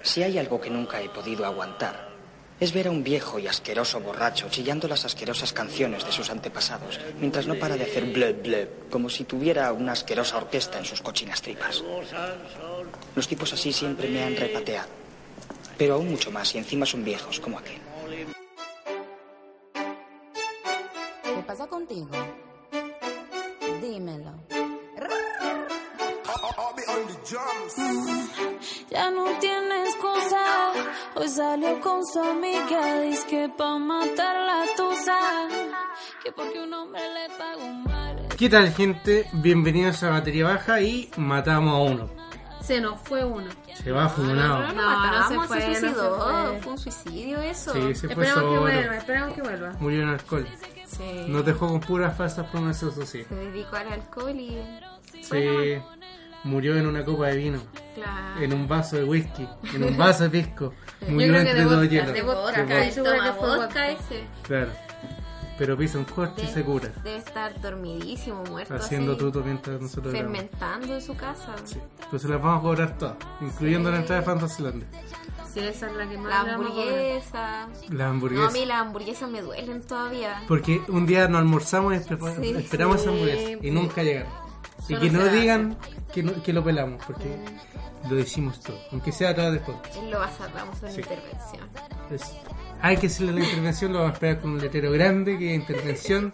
Si hay algo que nunca he podido aguantar, es ver a un viejo y asqueroso borracho chillando las asquerosas canciones de sus antepasados, mientras no para de hacer ble ble, como si tuviera una asquerosa orquesta en sus cochinas tripas. Los tipos así siempre me han repateado, pero aún mucho más y encima son viejos como aquel. ¿Qué pasa contigo? Dímelo. Ya no tiene excusa. Hoy salió con su amiga. Dice que pa' matar la tusa. Que porque un hombre le pagó mal. ¿Qué tal gente? Bienvenidos a Batería Baja y matamos a uno. Se nos fue uno. Se va No, fumunado. no se matamos, fue, no se suicidó. fue. oh, Fue un suicidio eso. Sí, se fue Esperemos que solo. vuelva, esperemos que vuelva. Murió en alcohol. Sí. Nos dejó con puras falsas promesas, eso sí. Se dedicó al alcohol y. Se murió en una copa de vino, Claro. en un vaso de whisky, en un vaso de pisco. Murió creo que entre de dos vodka, hielos. de De vodka, vodka, Estoy él segura toma que fue vodka. vodka ese. Claro. Pero pisa un corte y se cura. Debe estar dormidísimo, muerto. Haciendo así, tuto mientras nosotros grabamos. Fermentando en su casa. Sí. Entonces las vamos a cobrar todas, incluyendo la entrada de Fantasylandia. Sí, esa es la que más La le vamos a cobrar. hamburguesa. Las No, a hamburguesas. mí las hamburguesas me duelen todavía. Porque un día nos almorzamos y espe- Sí. esperamos esa Sí, hamburguesa y sí. nunca llegaron. Y Solo que no se hace. digan que, no- que lo pelamos, porque lo decimos todo. Aunque sea atrás después. Él lo va a salvamos una Sí. intervención. Es- hay que hacerle la intervención, lo vamos a esperar con un letrero grande que intervención.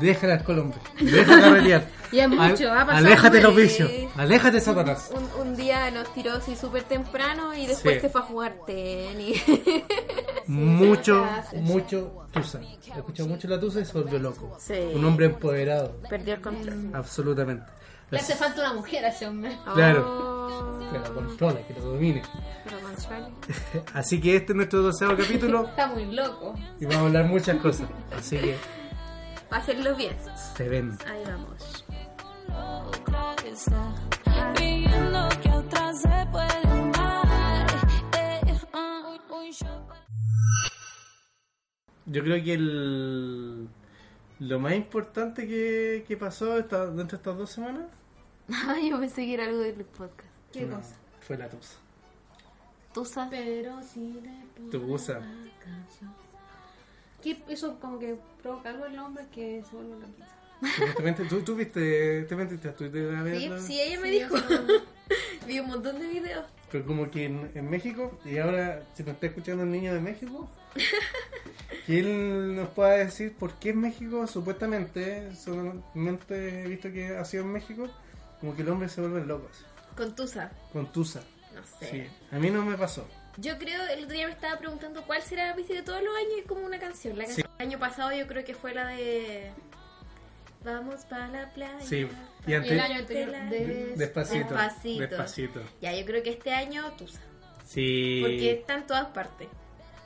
Deja las colombias, deja de arreliar. Ya mucho, ha pasado Aléjate de los mucho. vicios, aléjate de Satanás. Un, un día nos tiró así súper temprano y después Sí. se fue a jugar tenis. Mucho, gracias. mucho Tusa. Escuchó mucho la Tusa y se volvió loco. Sí. Un hombre empoderado, Perdió el Mm. control. absolutamente. Le hace falta una mujer a ese hombre. Claro. Oh, Que lo controle, que lo domine. pero control. Así que este es nuestro doceavo capítulo Está muy loco. y vamos a hablar muchas cosas. Así que Va a hacerlo bien. se ven. Ahí vamos. Otra vez está Creyendo que a otra se puede amar. Eh, ah, un shock. Yo creo que el lo más importante que, que pasó esta- dentro de estas dos semanas Yo pensé que era algo del podcast. ¿Qué cosa? fue la tusa. Tú sabes. Pero si le pongo Tusa. la canción. ¿Qué- Eso como que provoca algo en los hombres que se vuelven loquitos. Supuestamente- ¿Tú, tú viste, te metiste a Twitter a Sí, verla? sí, ella me dijo. Vi un montón de videos. Pero como que en, en México, y ahora si nos está escuchando un niño de México, que él nos pueda decir por qué en México, supuestamente, solamente he visto que ha sido en México, como que los hombres se vuelven locos. Con Tusa. Con Tusa. No sé. Sí. A mí no me pasó. Yo creo, el otro día me estaba preguntando cuál será la bici de todos los años y como una canción. La canción del año pasado yo creo que fue la de. Vamos para la playa. Sí. Y Y el antes. año anterior. de- Despacito. Despacito. Despacito. Ya, yo creo que este año Tusa. Sí. Porque está en todas partes.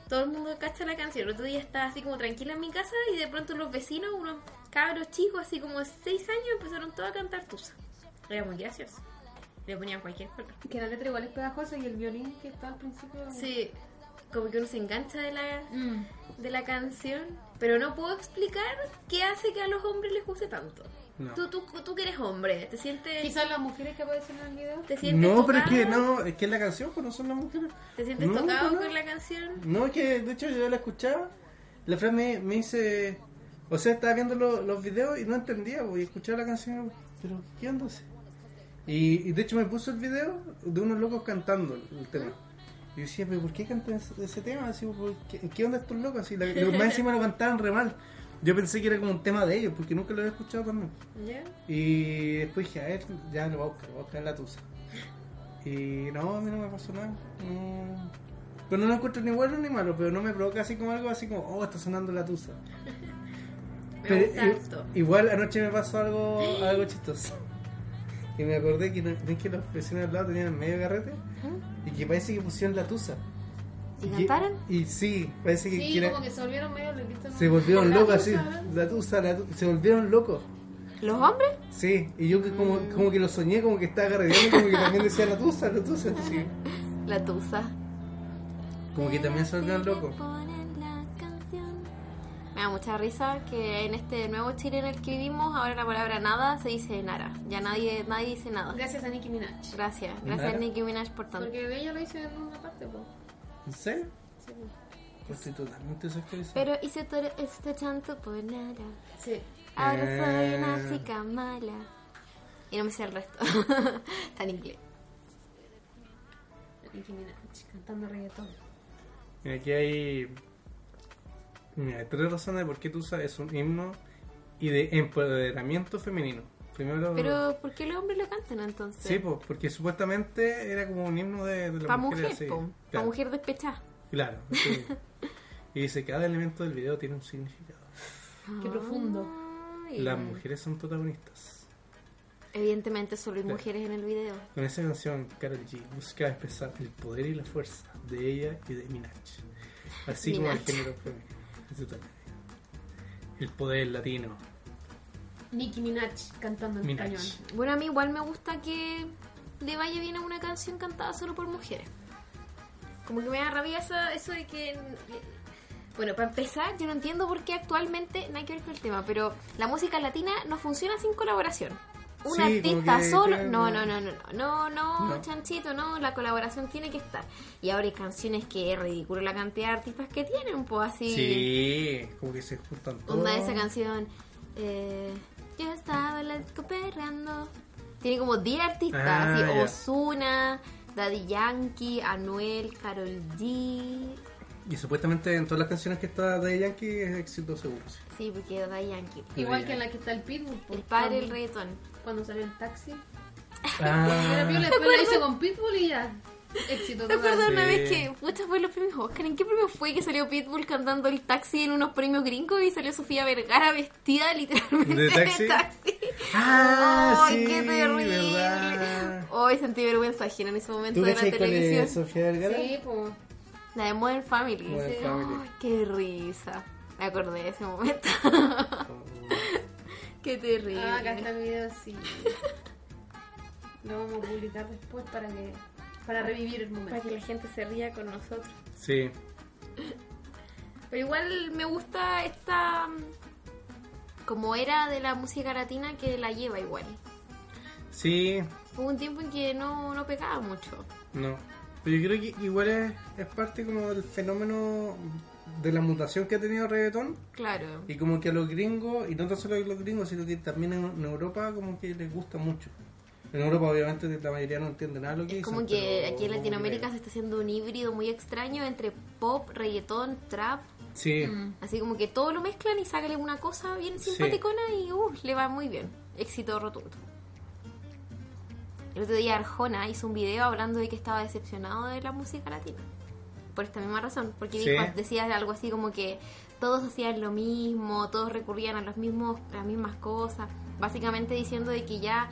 Todo el mundo cacha la canción. El otro día estaba así como tranquila en mi casa y de pronto los vecinos, unos cabros chicos, así como de 6 años, empezaron todos a cantar Tusa. Era muy gracioso. Le ponían cualquier color. Que la letra igual es pegajosa y el violín que está al principio. Sí, como que uno se engancha de la, Mm. de la canción. Pero no puedo explicar qué hace que a los hombres les guste tanto. No. Tú, tú, tú que eres hombre, te sientes... Quizás las mujeres que aparecen en el video. Te sientes No, pero es tocado, que no, es que es la canción, pues no son las mujeres. ¿Te sientes No, pues tocado no, no. con la canción? No, es que de hecho yo la escuchaba, la Fran me, me dice, o sea, estaba viendo lo- los videos y no entendía, pues, y escuchaba la canción, pero ¿qué onda? así? Y, y de hecho me puso el video de unos locos cantando el, el tema. Y yo decía, pero ¿por qué cantan ese, ese tema? Así, ¿por qué, ¿Qué onda estos locos? Así, la, lo- más encima lo cantaban re mal. Yo pensé que era como un tema de ellos, porque nunca lo había escuchado también. ¿Ya? Y después dije, a ver, ya lo voy a buscar, voy a buscar la tusa. Y no, a mí no me pasó nada. No. Pero no lo encuentro ni bueno ni malo, pero no me provoca así como algo así como, oh, está sonando la tusa. Me Pero, gusta i- harto. igual anoche me pasó algo, algo chistoso. Y me acordé que, no- ven que los vecinos al lado tenían medio carrete y que parece que pusieron la tusa. ¿Y cantaron? Y, y sí, parece que Sí, quiere- como que se volvieron medio loquitos. ¿no? se volvieron locos así. Tusa, ¿no? La tusa, la tu- se volvieron locos. ¿Los hombres? Sí, y yo que como, como que lo soñé, como que estaba carreteando, como que también decía la tusa, la tusa. Sí. La tusa. Como que también se volvieron locos. Me da mucha risa que en este nuevo Chile en el que vivimos, ahora la palabra nada se dice nada. Ya nadie, nadie dice nada. Gracias a Nicki Minaj. Gracias, gracias Nara. Nicki Minaj por tanto. Porque ella lo hizo en una parte, po. ¿En serio? Sí. Pues estoy totalmente desactualizado. Pero hice todo este tanto por nada. Sí. Ahora soy Eh. una chica mala. Y no me sé el resto. Está en inglés. Nicki Minaj cantando reggaetón. Mira, aquí hay. Mira, hay tres razones de por qué Tusa es un himno y de empoderamiento femenino. Primero. Pero, ¿por qué los hombres lo cantan entonces? Mm. Sí, pues, porque supuestamente era como un himno de, de la Para mujer. mujer, así. po. Pa' Claro, mujer despechada. Claro. sí. y dice: cada elemento del video tiene un significado. Qué profundo. Ay. Las mujeres son protagonistas. Evidentemente solo hay Claro. mujeres en el video. Con esa canción, Karol G busca expresar el poder y la fuerza de ella y de Minaj, así como el Minaj. género femenino. Exactamente. El poder latino. Nicki Minaj cantando en Minaj. español. Bueno, a mí igual me gusta que le vaya bien a una canción cantada solo por mujeres. Como que me da rabia eso, eso de que... Bueno, para empezar, yo no entiendo por qué actualmente, nada que ver con el tema, pero la música latina no funciona sin colaboración. Un Sí, como artista que- solo... claro. No, no, no, no, no, no, no, No. chanchito, no, la colaboración tiene que estar. Y ahora hay canciones que es ridículo la cantidad de artistas que tienen, pues así... Sí, como que se juntan todos. Onda esa canción. eh, yo estaba en la disco perreando. Tiene como 10 artistas. Ah, así, ya. Ozuna, Daddy Yankee, Anuel, Carol G. Y supuestamente en todas las canciones que está de Yankee es éxito seguro. sí. Sí, porque Daddy Yankee. Igual que en la que está el Pitbull. po. El padre del reggaetón. Cuando salió el taxi. Pero Piola Ah, después lo hizo con Pitbull y ya. Éxito Recuerdo total. una Sí. vez que, pucha, fue los premios Oscar. ¿En qué premio fue que salió Pitbull cantando el taxi en unos premios gringos y salió Sofía Vergara vestida literalmente ¿De de taxi? taxi? Ah, ¡Ay, sí, qué terrible! ¿verdad? Hoy sentí vergüenza ajena en ese momento ¿Tú de la cachai cuál televisión. es Sofía Vergara? Sí, po. La de Modern Family. Modern Sí. Family. Ay, qué risa. Me acordé de ese momento. qué terrible. Ah, acá está el video, sí. Lo vamos a publicar después para que. Para revivir el Para momento. que la gente se ría con nosotros. Sí. Pero igual me gusta esta. mm, Como era de la música latina que la lleva igual. Sí, Hubo un tiempo en que no, no pegaba mucho. no. Pero yo creo que igual es, es parte como del fenómeno de la mutación que ha tenido el reggaetón. Claro. Y como que a los gringos, y no tan solo a los gringos, sino que también en, en Europa como que les gusta mucho. En Europa obviamente la mayoría no entiende nada de lo que Es dicen, como que pero aquí en como Latinoamérica que- se está haciendo un híbrido muy extraño entre pop, reggaetón, trap. Sí. Así como que todo lo mezclan y sácale una cosa bien Mm. Sí. simpaticona y uh, le va muy bien. Éxito rotundo. El otro día Arjona hizo un video hablando de que estaba decepcionado de la música latina. Por esta misma razón. Porque Sí. dijo- decía algo así como que todos hacían lo mismo, todos recurrían a los mismos, las mismas cosas. Básicamente diciendo de que ya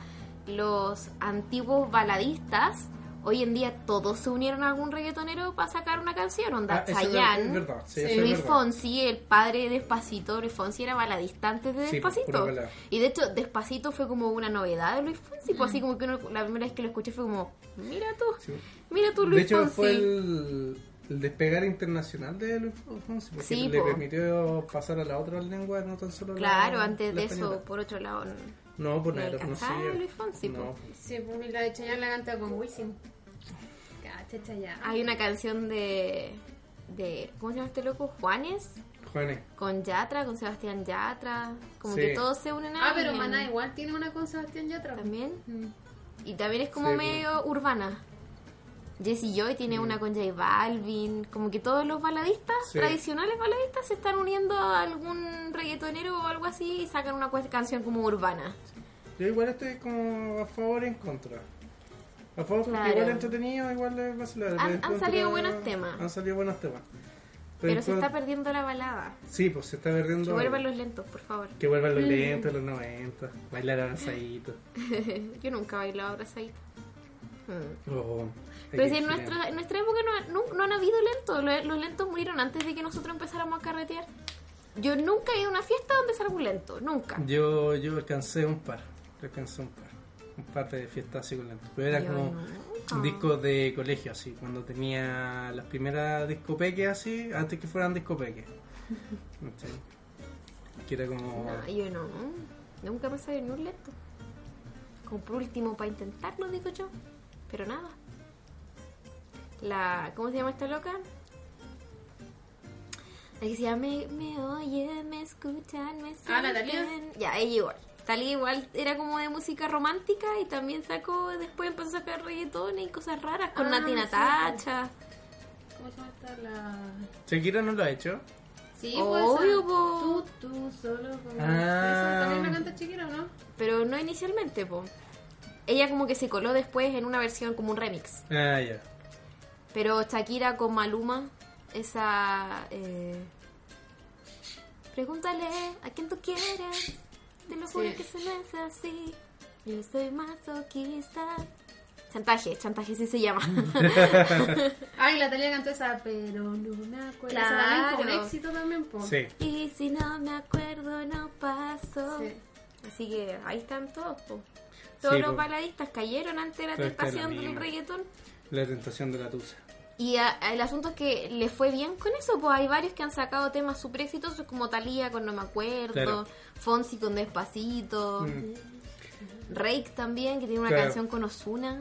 los antiguos baladistas, hoy en día todos se unieron a algún reggaetonero para sacar una canción. Onda, Ah, eso es Chayanne, verdad, sí, eso es Luis verdad. Fonsi, el padre de Despacito, Luis Fonsi era baladista antes de Sí, pues, pura Despacito. balada. y de hecho, Despacito fue como una novedad de Luis Fonsi, pues Mm. así como que uno- la primera vez que lo escuché fue como, mira tú, Sí. mira tú de Luis hecho, Fonsi. fue el, el despegar internacional de Luis Fonsi, porque Sí, le po. permitió pasar a la otra lengua, no tan solo la- Claro, la antes de española. eso, por otro lado, no, No, por no nada, no alcanzaba a Luis Fonsi. No, po. Sí, po, y la de Chayanne la canta con Wisin. Cacha, Chayanne. Hay una canción de, de, ¿cómo se llama este loco? Juanes, Juanes. con Yatra, con Sebastián Yatra, como Sí. que todos se unen a Ah, pero alguien. Maná igual tiene una con Sebastián Yatra. También. Mm. Y también es como Sí, pues. Mm. medio urbana. Jessie Joy tiene una con J Balvin. Como que todos los baladistas, Sí. tradicionales baladistas, se están uniendo a algún reggaetonero o algo así y sacan una cua- canción como urbana. Yo igual estoy como a favor y en contra. A favor porque Claro. igual es entretenido, igual es vacilable. Han- pero han en contra- salido buenos temas. Han salido buenos temas. Pero, en se está contra- perdiendo la balada. Sí, pues se está perdiendo. Que algo. vuelvan los Mm. lentos, por favor. Que vuelvan los lentos, los 90. Bailar abrazaditos. Yo nunca he bailado abrazadita. Mm. Oh. Pero si que en girar. nuestra, en nuestra época no, ha- nu- no han habido lentos, lo- los, lentos murieron antes de que nosotros empezáramos a carretear. Yo nunca he ido a una fiesta donde salga un lento, nunca. Yo, yo alcancé un par, yo alcancé un par, un par de fiestas así con lentes. Pero era Yo como nunca. discos de colegio, así, cuando tenía las primeras discopeques así, antes que fueran discopeques. ¿Cachai? Que era como... No, Ah, yo no, nunca pasé en un lento. Como por último, para intentarlo, digo yo, pero nada. La, ¿Cómo se llama esta loca? La que decía, me, me oyen, me escuchan, me Ah, la Thalía. sienten". Ya, ella igual. Talía igual era como de música romántica y también sacó, después empezó a sacar reggaetón y cosas raras con Ah, Natina sí. Tacha. ¿Cómo se llama esta? La... Shakira no lo ha hecho. Sí, Obvio, pues, po. esa. Tú, tú, solo. Con... Ah. Esa también la canta chiquero, ¿no? Pero no inicialmente, po. Ella como que se coló después en una versión como un remix. Ah, ya. Pero Shakira con Maluma, esa... eh, Pregúntale a quien tú quieras, te lo juro Sí. que eso no es así. Yo soy masoquista. Chantaje, chantaje sí se llama. Ay, la Talia cantó esa, pero no me acuerdo. Esa Claro. también fue un éxito también, po. Sí. y si no me acuerdo, no paso. Sí. Así que ahí están todos, po. Todos Sí, los po. baladistas cayeron ante la Pero está la tentación del misma. reggaetón. La tentación de la tusa. Y a- el asunto es que le fue bien con eso, pues hay varios que han sacado temas súper exitosos, como Talía con No Me Acuerdo, Claro. Fonsi con Despacito, Mm. Rake también, que tiene una Claro. canción con Osuna.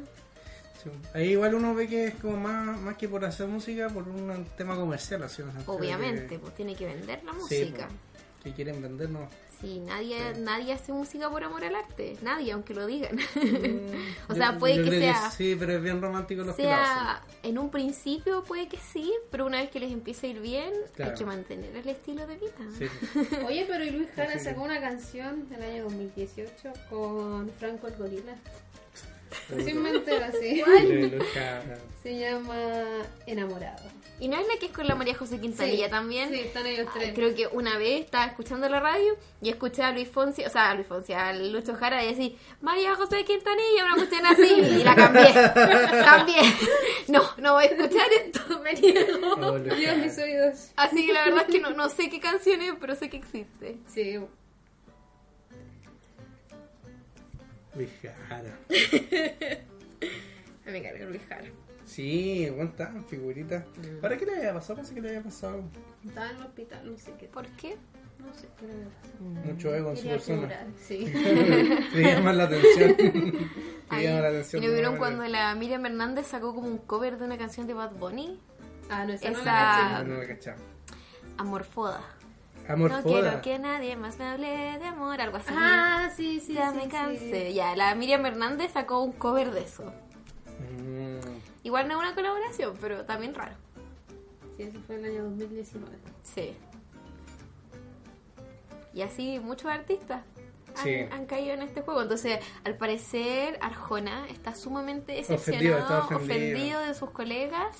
Sí. Ahí igual uno ve que es como más, más que por hacer música, por un tema comercial. Así, o sea, Obviamente, que- pues tiene que vender la Sí, música. pues, que quieren vendernos. Sí, nadie, nadie hace música por amor al arte, nadie, aunque lo digan. o Mm. Yo- sea, puede yo que creo sea... sí, pero es bien romántico los que lo hacen. sea, en un principio puede que sí, pero una vez que les empieza a ir bien, Claro. hay que mantener el estilo de vida. Sí. Oye, pero y Luis Jara Sí, sí. sacó una canción del año 2018 con Franco el Gorila. Sin me entero, sí. De Luca. Se llama Enamorado. Y no es la que es con la María José Quintanilla Sí, también. Sí, están ellos Ay, tres. Creo que una vez estaba escuchando la radio y escuché a Luis Fonsi, o sea, a Luis Fonsi, a Lucho Jara y decir, María José Quintanilla, una cuestión así, y la cambié. cambié. No, no voy a escuchar esto, me niego. Oh, Luca. Dios, mis oídos. Así que la verdad es que no, no sé qué canción es, pero sé que existe. Sí. Lucara. Me carga Luis Jara. Sí, aguanta, figurita. ¿Para qué le había pasado? Pensé que le había pasado Estaba en el hospital, no sé qué. ¿Por qué? No sé qué le pasó. mucho ego en su Quería persona. figurar, sí. Le llama la atención. Le Ahí, llama la atención. ¿Y no de vieron una cuando manera. la Miriam Hernández sacó como un cover de una canción de Bad Bunny? Ah, no, esa, no Esa- la Ah, no la cachaba. Amorfoda. Amor No foda. quiero que nadie más me hable de amor, algo así. caché. Ah, sí, sí, ya sí, me sí. cansé. Ya, la Miriam Hernández sacó un cover de eso. Mm, Igual no es una colaboración, pero también raro. Sí, eso fue el año 2019. Sí. Y así muchos artistas han, Sí. han caído en este juego. Entonces, al parecer, Arjona está sumamente Ofendido, está decepcionado, ofendido. ofendido. de sus colegas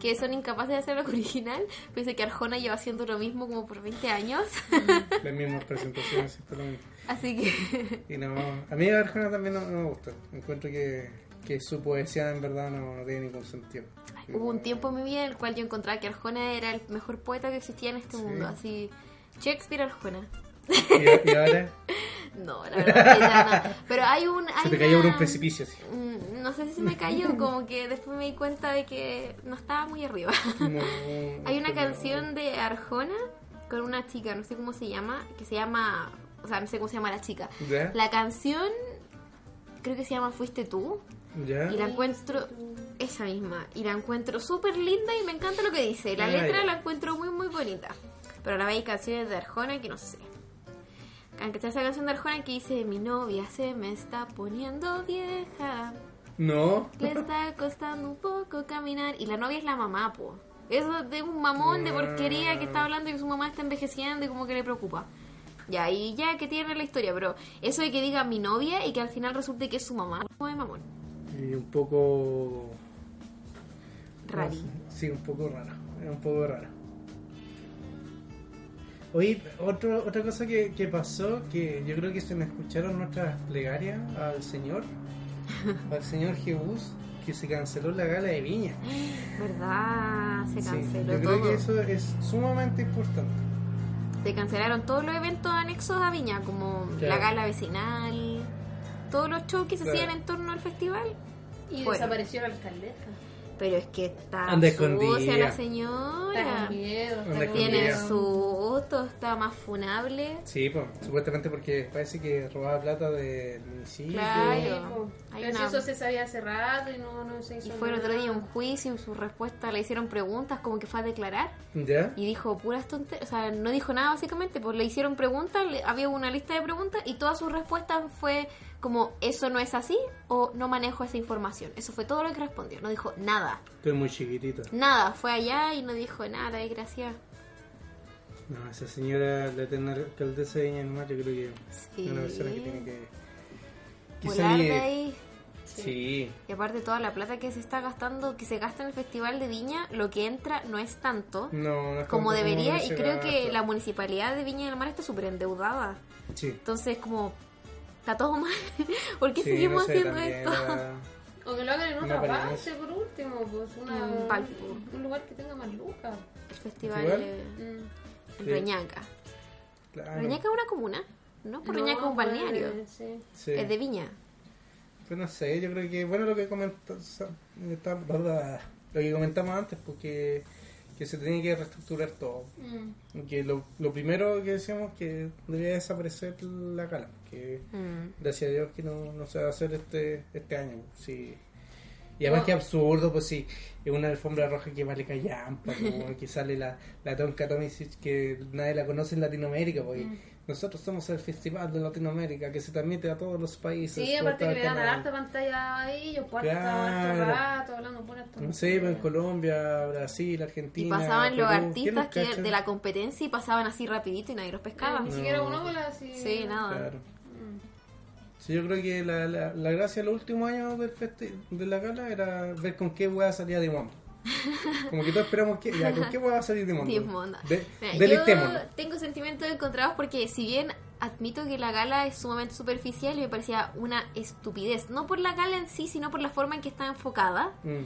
que son incapaces de hacer lo original. Piensa que Arjona lleva haciendo lo mismo como por 20 años. Las mismas presentaciones, siempre lo mismo. así que... Y no, a mí Arjona también no, no me gusta. Encuentro que, que su poesía en verdad no, no tiene ningún sentido. Hubo un tiempo en mi vida en el cual yo encontraba que Arjona era el mejor poeta que existía en este Sí. mundo. Así, Shakespeare Arjona. Y, y ahora No, la verdad que ya no. Pero hay un. se hay te cayó por una- un precipicio. Así. Mm, No sé si se me cayó, como que después me di cuenta de que no estaba muy arriba. No, Hay una pero- canción de Arjona con una chica, no sé cómo se llama, que se llama. O sea, no sé cómo se llama la chica. ¿Ya? La canción creo que se llama Fuiste tú. ¿Ya? Y la encuentro, esa misma, y la encuentro súper linda y me encanta lo que dice. La Ah, letra ya. la encuentro muy, muy bonita. Pero ahora hay canciones de Arjona que no sé. Aunque está esa canción de Arjona que dice, mi novia se me está poniendo vieja, No. le está costando un poco caminar. Y la novia es la mamá, po. Eso de un mamón de porquería que está hablando y que su mamá está envejeciendo y como que le preocupa. Ya, y ya que tiene la historia, pero eso de que diga mi novia y que al final resulte que es su mamá, como de mamón. Y un poco. Rari. Sí, un poco raro. Es un poco raro. Oye, otro, otra cosa que, que pasó, que yo creo que se me escucharon nuestras plegarias al Señor, al Señor Jesús, que se canceló la gala de Viña. ¿Verdad? Se Sí, canceló yo creo todo. que eso es sumamente importante. Se cancelaron todos los eventos anexos a Viña, como Claro. la gala vecinal, todos los shows que se Claro. hacían en torno al festival. Y Bueno. desapareció la alcaldesa. Pero es que está Anda sucia escondida. la Está señora. con miedo. Anda Está con escondida. Tiene miedo. su voto, está más funable. Sí, pues, supuestamente porque parece que robaba plata del municipio. Claro. Pero Hay si una- eso se sabía hace rato y no, no se hizo Y fue el otro nada. día un juicio y su respuesta le hicieron preguntas como que fue a declarar ¿Ya? y dijo puras tonterías, o sea, no dijo nada básicamente, pues le hicieron preguntas, le- había una lista de preguntas y todas sus respuestas fue como eso no es así o no manejo esa información. Eso fue todo lo que respondió, no dijo nada, Estoy muy chiquitito. nada, fue allá y no dijo nada, desgraciada. No, esa señora, la eterna alcaldesa de Viña del Mar, yo creo que Sí. es una persona que tiene que... que Volar salir. de ahí. Sí. Y aparte toda la plata que se está gastando, que se gasta en el Festival de Viña, lo que entra no es tanto. No, no es como tanto debería uno y se creo que gasta. la municipalidad de Viña del Mar está súper endeudada. Sí. Entonces, como, está todo mal. ¿Por qué Sí, seguimos no sé, haciendo también esto? la- O que lo hagan en otra aparece. parte, por último. Pues una, En Valpo. un lugar que tenga más lucas. El festival ¿Festival? eh, Mm. en Sí. Ah, Reñaca. Claro. Reñaca es una comuna, ¿no? Por Reñaca es un pues, balneario. sí. Sí. Es de Viña. Pues no sé, yo creo que bueno lo que comentamos lo que comentamos antes porque que se tiene que reestructurar todo. Mm. Que lo, lo primero que decíamos que debería desaparecer la gala, que Mm. gracias a Dios que no, no se va a hacer este este año, sí. Y además que absurdo, pues sí, es una alfombra roja que vale callampa, como que sale la, la Tonka Tomisic que nadie la conoce en Latinoamérica, porque Mm. nosotros somos el festival de Latinoamérica que se transmite a todos los países. Sí, por aparte todo que el le dan canal. harta pantalla a ellos, pues Claro. harto rato hablando por esto. No sé, pues, en Colombia, Brasil, Argentina. Y pasaban los Perú, ¿quién artistas que cacha? de la competencia y pasaban así rapidito y nadie los pescaba. Ni No. siquiera un óvalo así. Sí, nada. Claro. Mm. Sí, yo creo que la, la, la gracia de los últimos años del festi- de la gala era ver con qué hueá salía de mundo. Como que todos esperamos que. Ya, ¿con qué hueá va a salir de mundo? Diezmonda. De, Mira, delictémonos. yo tengo sentimientos encontrados porque si bien admito que la gala es sumamente superficial y me parecía una estupidez, no por la gala en sí, sino por la forma en que está enfocada, Mm.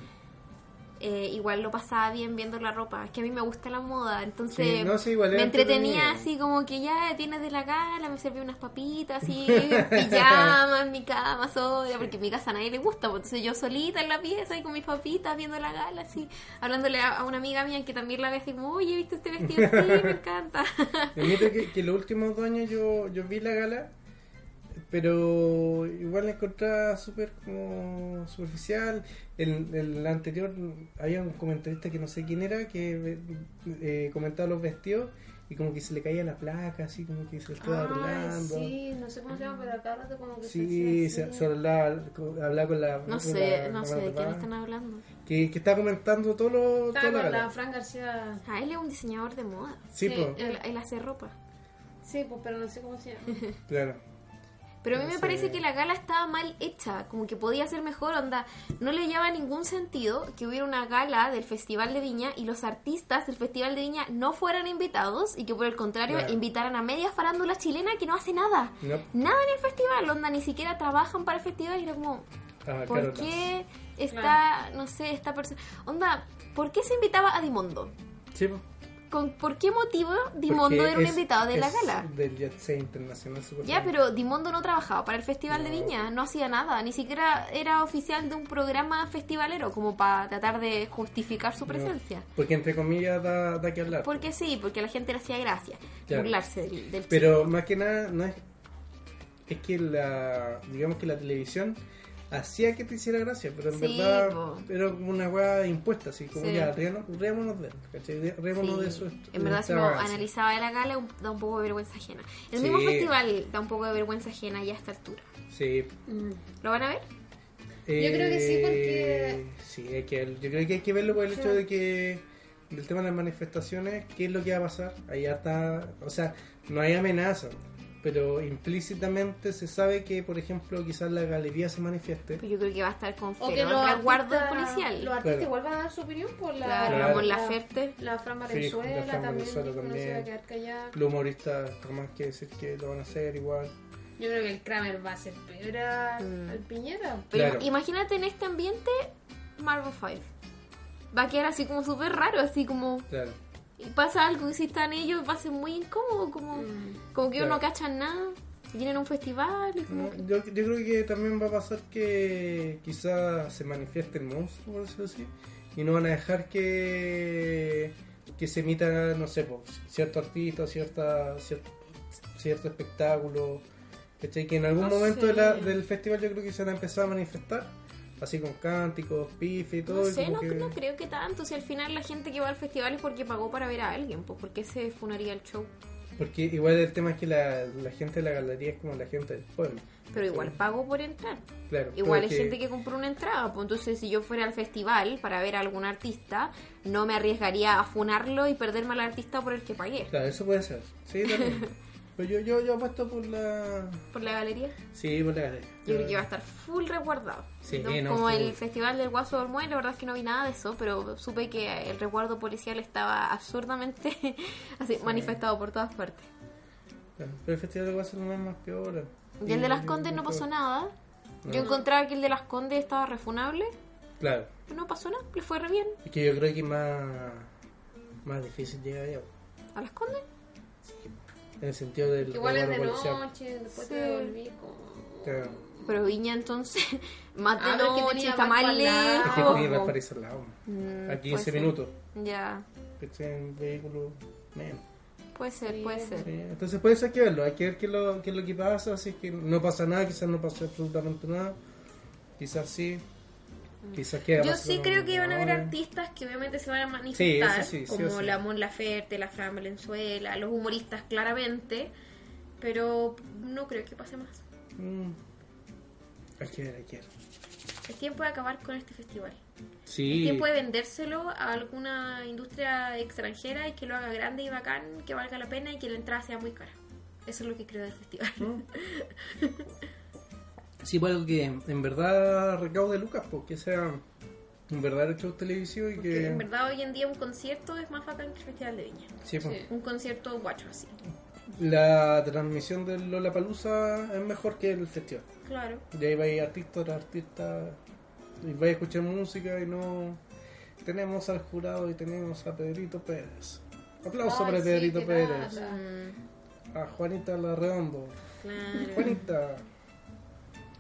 eh, igual lo pasaba bien viendo la ropa. Es que a mí me gusta la moda, entonces Sí, no, sí, igual me era entretenía entretenido. así como que ya tienes de la gala, me serví unas papitas así, en pijama, en mi cama sola, porque en mi casa a nadie le gusta, pues, entonces yo solita en la pieza y con mis papitas viendo la gala así, hablándole a, a una amiga mía que también la ve así como, oye, ¿viste este vestido? Sí, me encanta. Admito que, que los últimos dos años yo, yo vi la gala, pero igual la encontraba súper como superficial. El, el anterior había un comentarista que no sé quién era que eh, comentaba los vestidos y como que se le caía la placa, así como que se estaba Ah, hablando. sí, no sé cómo se llama, pero acá rato como que Sí, se, se hacía así. se hablaba, hablaba con la... no con sé, la- no con sé la de quién papá, están hablando. Que, que estaba comentando todo lo... toda la Estaba con la gala. Fran García. A Ah, él es un diseñador de moda, Sí, Sí, po, él, él hace ropa. Sí, pues, pero no sé cómo se llama. claro. Pero a mí me Entonces- parece que la gala estaba mal hecha, como que podía ser mejor, onda. No le llevaba ningún sentido que hubiera una gala del Festival de Viña y los artistas del Festival de Viña no fueran invitados y que por el contrario Claro. invitaran a media farándula chilena que no hace nada. No. Nada en el festival, onda, ni siquiera trabajan para el festival y era como, Ah, ¿por claro, no. qué está, Claro. no sé, esta persona? Onda, ¿por qué se invitaba a Dimondo? Sí, po. ¿Con, ¿Por qué motivo Dimondo Porque era un es- invitado de la es gala? Del Jet Set Internacional Super Ya, Bowl. pero Dimondo no trabajaba para el Festival de No. Viña, no hacía nada, ni siquiera era oficial de un programa festivalero como para tratar de justificar su No, presencia. porque entre comillas da, da que hablar. Porque sí, porque a la gente le hacía gracia Claro. burlarse del, del Pero más que nada, no es. Es que la. Digamos que la televisión hacía que te hiciera gracia, pero en Sí, verdad po. era como una weá impuesta, así como Sí. ya, riano- riámonos de él, ¿cachai? Riámonos Sí, de eso. En verdad, si uno analizaba de la gala, un- da un poco de vergüenza ajena. El mismo Sí. festival da un poco de vergüenza ajena ya a esta altura. Sí. Mm. ¿Lo van a ver? Yo creo que sí, porque- Eh, Sí, hay que, yo creo que hay que verlo por el hecho de que. Del tema de las manifestaciones, ¿qué es lo que va a pasar? Allá está. O sea, no hay amenaza, pero implícitamente se sabe que, por ejemplo, quizás la galería se manifieste. Pues yo creo que va a estar con O que feroz los resguardo artistas, policial. los artistas Claro. igual van a dar su opinión por la... Claro, Claro. Ramón Laferte. La Fran Sí, la Valenzuela Fran también, Valenzuela dijo que no se iba a también. quedar callada. Los humoristas, jamás que decir que lo van a hacer igual. Yo creo que el Kramer va a ser peor a- al Piñera. Pero Claro. imagínate en este ambiente Marvel 5. Va a quedar así como súper raro, así como... Claro. Y pasa algo y si están ellos va a ser muy incómodo, como, como que ellos no Claro. cachan nada. Vienen a un festival y como No, que- yo, yo creo que también va a pasar que quizá se manifieste el monstruo, por decirlo así, y no van a dejar que, que se emita, no sé, po, cierto artista, cierta, cierto, cierto espectáculo. ¿cachai? Que en algún No momento sé. de la- del festival yo creo que se van a empezar a manifestar, así con cánticos, pife y todo. No y sé, como no, que- no creo que tanto. Si al final la gente que va al festival es porque pagó para ver a alguien, pues porque se funaría el show. Porque igual el tema es que la, la gente de la galería es como la gente del pueblo. Pero igual pagó por entrar. Claro, Igual hay porque- gente que compró una entrada, pues entonces si yo fuera al festival para ver a algún artista, no me arriesgaría a funarlo y perderme al artista por el que pagué. Claro, eso puede ser. Sí, también. Pero yo, yo, yo apuesto por la... Por la galería. Sí, por la galería. Yo creo que va a estar full resguardado. Sí, No, no, como full. el festival del Guaso del Mue, la verdad es que no vi nada de eso, pero supe que el resguardo policial estaba absurdamente así manifestado por todas partes. Claro, Pero el festival de Guasa no es más peor. Y el de las Condes no pasó nada. Yo encontraba que el de las Condes estaba refunable, Claro. pero no pasó nada, le fue re bien. Es que yo creo que es más, más difícil llegar allá. ¿A las Condes? En el sentido del Igual es de resguardo policial. noche, después Sí. te volví como... Claro. Pero Viña entonces, más de Ah, pero es que noche, tenía está más barco al Ah, lado. Es que tenía lejos. Valparaíso al lado. Mm, A 15 puede ser. minutos. Ya, Que esté en vehículo menos. puede ser, puede Sí, ser. Entonces puede ser que verlo, hay que ver qué es lo, qué es lo que pasa, si es que no pasa nada, quizás no pasa absolutamente nada, quizás sí, quizás queda. Yo pasando sí creo algo que van a haber ahora. artistas que obviamente se van a manifestar, Sí, eso sí, sí como o sí. la Mon Laferte, la Fran Valenzuela, los humoristas claramente, pero no creo que pase más. Mm. Hay que ver, hay que ver. Es tiempo de acabar con este festival. Sí. ¿Quién puede vendérselo a alguna industria extranjera y que lo haga grande y bacán, que valga la pena y que la entrada sea muy cara? Eso es lo que creo del festival. Sí, pues algo que en verdad recaude lucas, porque sea un verdadero show televisivo y Porque que... en verdad hoy en día un concierto es más bacán que el Festival de Viña. Sí, pues. Un concierto guacho así. La transmisión de Lollapalooza es mejor que el festival. Claro. Y ahí vais artista tras artista, y vais a escuchar música y no... Tenemos al jurado y tenemos a Pedrito Pérez. Aplauso Ay, para sí, Pedrito qué Pérez. lata. A Juanita Larredondo. Claro. Juanita.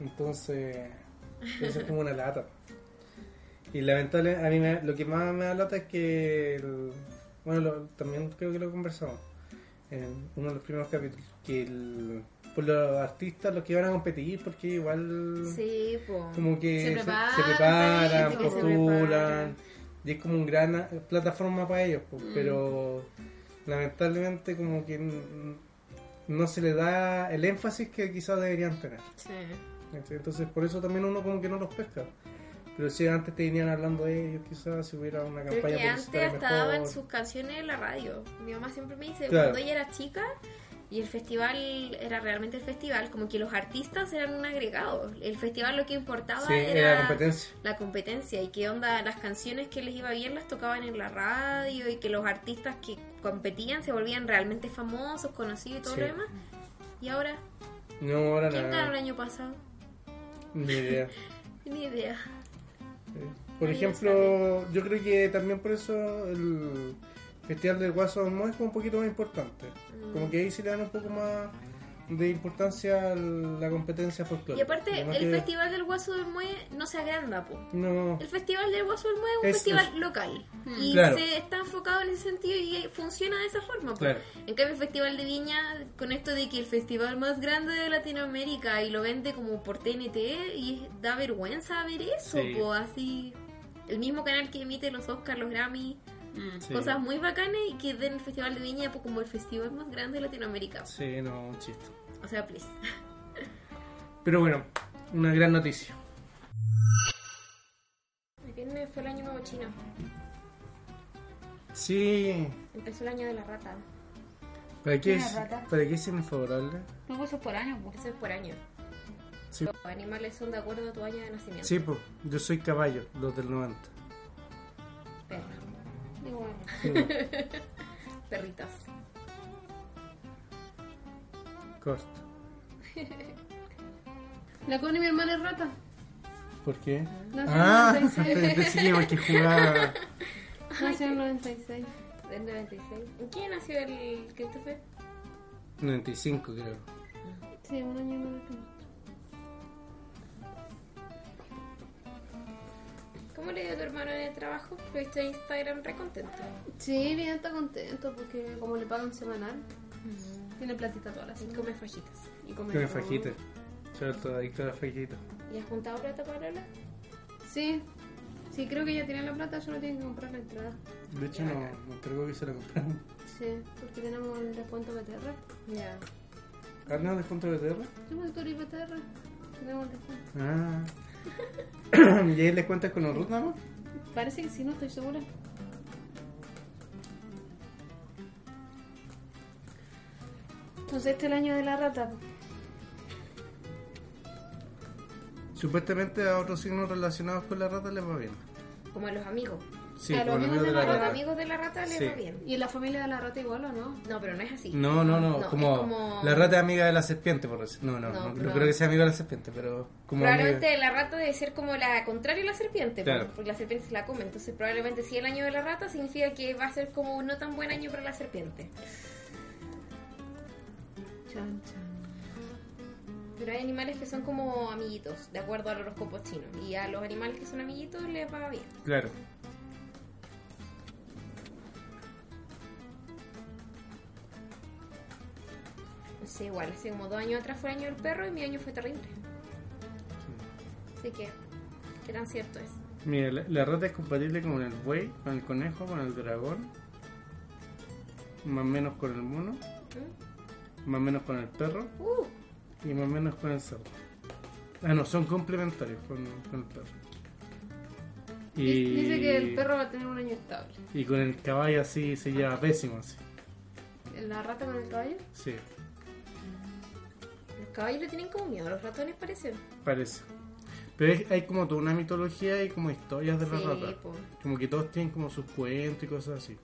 Entonces, eso es como una lata. Y lamentable, a mí me- lo que más me da lata es que, el- bueno, lo- también creo que lo conversamos en uno de los primeros capítulos, que el, pues los artistas, los que van a competir, porque igual Sí, po. como que Se se, preparan, se preparan, parece que se postulan, preparan. y es como una gran eh, plataforma para ellos, pues, pero lamentablemente como que n- no se le da el énfasis que quizás deberían tener. Sí. ¿cachai? Entonces por eso también uno como que no los pesca. Pero si antes te venían hablando de ellos, quizás si hubiera una Creo campaña que antes publicitaria hasta daban mejor. sus canciones en la radio. Mi mamá siempre me dice, Claro. cuando ella era chica y el festival era realmente el festival, como que los artistas eran un agregado. El festival lo que importaba Sí, era, era la competencia. la competencia y qué onda, las canciones que les iba bien las tocaban en la radio y que los artistas que competían se volvían realmente famosos, conocidos y todo Sí. lo demás. Y ahora, No, ahora ¿quién ganó el nada. año pasado? Ni idea. Ni idea. Por Ahí ejemplo, yo creo que también por eso el festival del Guaso no es como un poquito más importante. Mm. Como que ahí sí le dan un poco más de importancia a la competencia folclórica. Y aparte, Además el que- festival del Guaso del Mue no se agranda, po. No, El Festival del Guaso del Mue es un Es- festival es- local y Claro. se está enfocado en ese sentido y funciona de esa forma. pues. Claro. En cambio, el Festival de Viña, con esto de que el festival más grande de Latinoamérica y lo vende como por TNT, y da vergüenza ver eso, Sí. po, así. El mismo canal que emite los Oscars, los Grammy, sí. cosas muy bacanas y que den el Festival de Viña pues, como el festival más grande de Latinoamérica. Sí, no, un chiste. O sea, please. Pero bueno, una gran noticia. Viene fue el año nuevo chino. Sí, Empezó el año de la rata. ¿para qué Una es, rata. para qué es favorable? No, pues eso es por año, pues. Eso es por año. Sí, Los animales son de acuerdo a tu año de nacimiento. sí pues, yo soy caballo, los del 90. Perro. Igual. Sí, po, Perritas. corto. La Connie, mi hermana es rata. ¿Por qué? Nació Ah, en 96. pensé que iba a que jugaba. Nació en 96. Del 96. ¿En qué nació el Christopher? 95, creo. Sí, un año más que nosotros. ¿Cómo le dio a tu hermano en el trabajo? Lo he visto en Instagram re contento. Sí, bien, está contento porque como le pagan semanal, tiene platita toda la Y semana. come fajitas. Y come Creo que todo. fajita. Sobre todo, adicto a la fajita. ¿Y has juntado plata para Lola? Sí, sí, creo que ya tiene la plata, solo tienen que comprar la entrada. De hecho, no, me encargó que se la compraron. Sí, porque tenemos el descuento BTR. Ya. ¿Ah, no, descuento de BTR? Somos Tour y BTR. Tenemos el descuento. Ah. ¿Y ahí les cuentas con los root nada más? Parece que sí, no estoy segura. Entonces este es el año de la rata. po. Supuestamente a otros signos relacionados con la rata les va bien. Como a los amigos. Sí, A los con amigos amigos de de la la A los rata. amigos de la rata les Sí. va bien. ¿Y la familia de la rata igual o no? No, pero no es así. No, no, no, No, como, es como- la rata es amiga de la serpiente, por decir. No, no, No, no, no pero- creo que sea amiga de la serpiente, pero como Probablemente amiga. la rata debe ser como la contraria a la serpiente, Claro. porque la serpiente se la come. Entonces, probablemente si el año de la rata significa que va a ser como un no tan buen año para la serpiente. Chan, chan. Pero hay animales que son como amiguitos, de acuerdo al horóscopo chino. Y a los animales que son amiguitos les va bien. Claro. No sé, igual, hace como dos años atrás fue el año del perro y mi año fue terrible. Así que, qué tan cierto es. Mira, la, la rata es compatible con el buey, con el conejo, con el dragón, más o menos con el mono, más o menos con el perro Uh, y más o menos con el cerdo. Ah, no, son complementarios con, con el perro. Y, Dice que el perro va a tener un año estable. Y con el caballo así se lleva pésimo, así. ¿La rata con el caballo? Sí, los caballos le tienen como miedo, los ratones parecen. parece. Pero es- hay como toda una mitología y como historias de la Sí, rata. po. Como que todos tienen como sus cuentos y cosas así.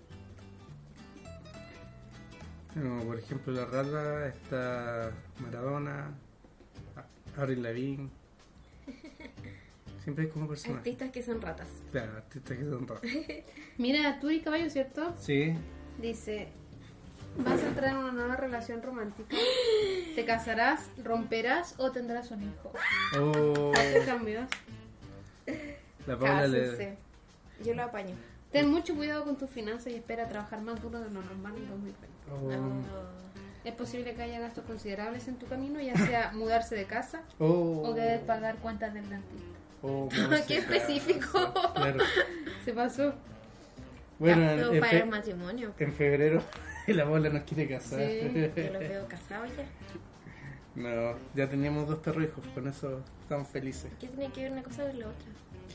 Como por ejemplo la rata está Maradona, A- Avril Lavigne. Siempre hay como personajes. Artistas que son ratas. Claro, artistas que son ratas. Mira, tú y caballo, ¿cierto? Sí, Dice, vas a entrar en una nueva relación romántica. Te casarás, romperás o tendrás un hijo. oh, Te cambios. la Paula le... Cásense. Yo lo apaño. Ten mucho cuidado con tus finanzas y espera trabajar más duro de lo normal en 2020. Oh, Es posible que haya gastos considerables en tu camino, ya sea mudarse de casa oh, o que debes pagar cuentas del dentista. oh, ¿cómo se Qué llama? específico. Claro. Se pasó. Bueno, eh, en, Apto en para fe- el matrimonio. en febrero la bola nos quiere casar. Sí. Yo los veo casados ya. No, ya teníamos dos perrijos, con eso estamos felices. ¿Qué tiene que ver una cosa con la otra?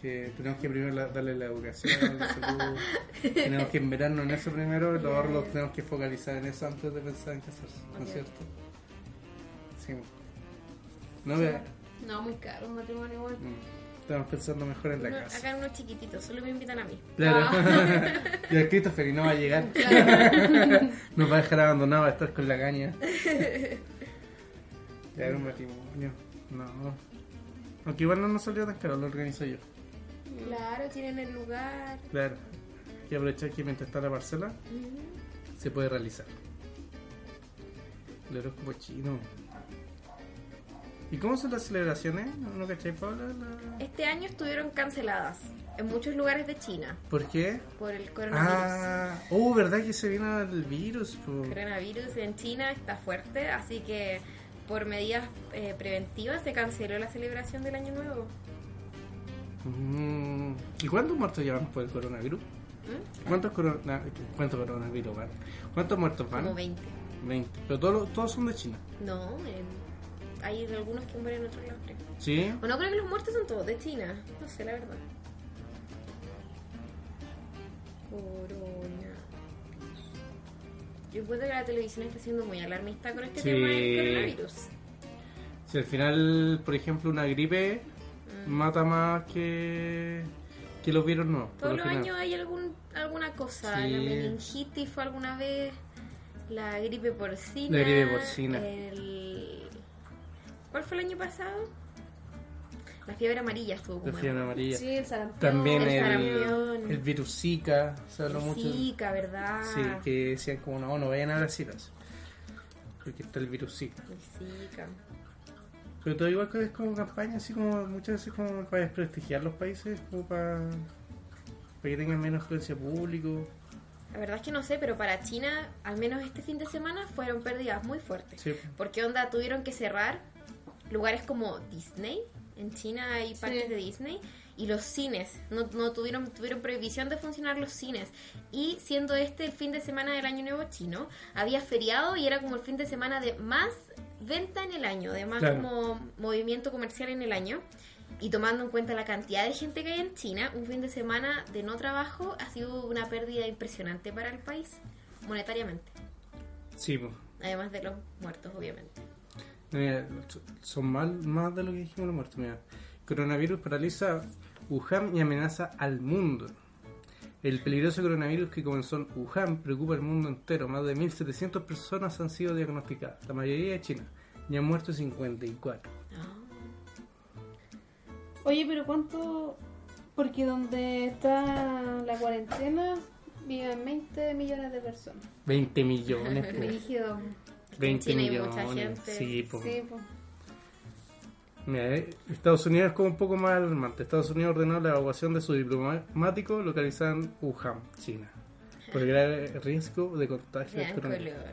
Que tenemos que primero la- darle la educación, la salud. tenemos que enverarnos en eso primero, los ahorros tenemos que focalizar en eso antes de pensar en casarse, ¿no es cierto? Sí. No vea, No, muy caro un matrimonio igual. mm, estamos pensando mejor en la Uno- casa. acá unos chiquititos, solo me invitan a mí. Claro. y el Christopher y no va a llegar. Nos va a dejar abandonado, va a estar con la caña. Ya era un matrimonio. No. Aunque igual no nos salió tan caro, lo organizo yo. Claro, tienen el lugar. Claro. Hay que aprovechar que mientras está la parcela, se puede realizar. El horóscopo chino. ¿Y cómo son las celebraciones? ¿No, no cacháis, Paula? La- Este año estuvieron canceladas en muchos lugares de China ¿Por qué? por el coronavirus. Ah, oh, ¿verdad que se vino el virus? po? El coronavirus en China está fuerte, así que por medidas eh, preventivas se canceló la celebración del año nuevo. Mm, ¿Y cuántos muertos llevan por el coronavirus? ¿Eh? ¿Cuántos, corona- cuántos coronavirus van? ¿Cuántos muertos van? Como 20. 20. Pero todos, los- todos son de China. No, en- hay algunos que mueren en otros lados. creo. ¿Sí? O no creo que los muertos son todos de China. No sé, la verdad. Corona. Yo encuentro que la televisión está siendo muy alarmista con este Sí. tema del coronavirus. Si al final, por ejemplo, una gripe Mm. mata más que, que los virus no. por Todos lo los general. años hay algún, alguna cosa. Sí. La meningitis fue alguna vez. La gripe porcina. La gripe porcina. el- ¿Cuál fue el año pasado? La fiebre amarilla estuvo La como. fiebre amarilla. Sí, el sarampión. También el el, sarampión. el virus Zika, se habló mucho. Zika, ¿verdad? Sí, que decían como no, no vayan a Brasil así. Porque está el virus Zika. El Zika. Pero todo igual que es como campaña, así como muchas veces como para desprestigiar los países, como para, para que tengan menos influencia público. La verdad es que no sé, pero para China, al menos este fin de semana, fueron pérdidas muy fuertes. Sí. Porque onda tuvieron que cerrar lugares como Disney. En China hay parques Sí. de Disney. Y los cines. No, no tuvieron, tuvieron prohibición de funcionar los cines. Y siendo este el fin de semana del Año Nuevo Chino, había feriado y era como el fin de semana de más venta en el año, de más Claro. como movimiento comercial en el año. Y tomando en cuenta la cantidad de gente que hay en China, un fin de semana de no trabajo ha sido una pérdida impresionante para el país, monetariamente. Sí, pues. Además de los muertos, obviamente. Mira, son mal, más de lo que dijimos los muertos. Mira. Coronavirus paraliza Wuhan y amenaza al mundo. El peligroso coronavirus que comenzó en Wuhan preocupa al mundo entero. Más de 1.700 personas han sido diagnosticadas, la mayoría de China, y han muerto 54. Oye, pero ¿cuánto? Porque donde está la cuarentena viven 20 millones de personas. 20 millones. po. Dirigido. en 20 China hay millones. mucha gente. Sí, po. Sí, pues. Mira, eh, Estados Unidos es como un poco más alarmante. Estados Unidos ordenó la evacuación de su diplomático localizado en Wuhan, China, por el gran riesgo de contagio Gran de coronavirus. color.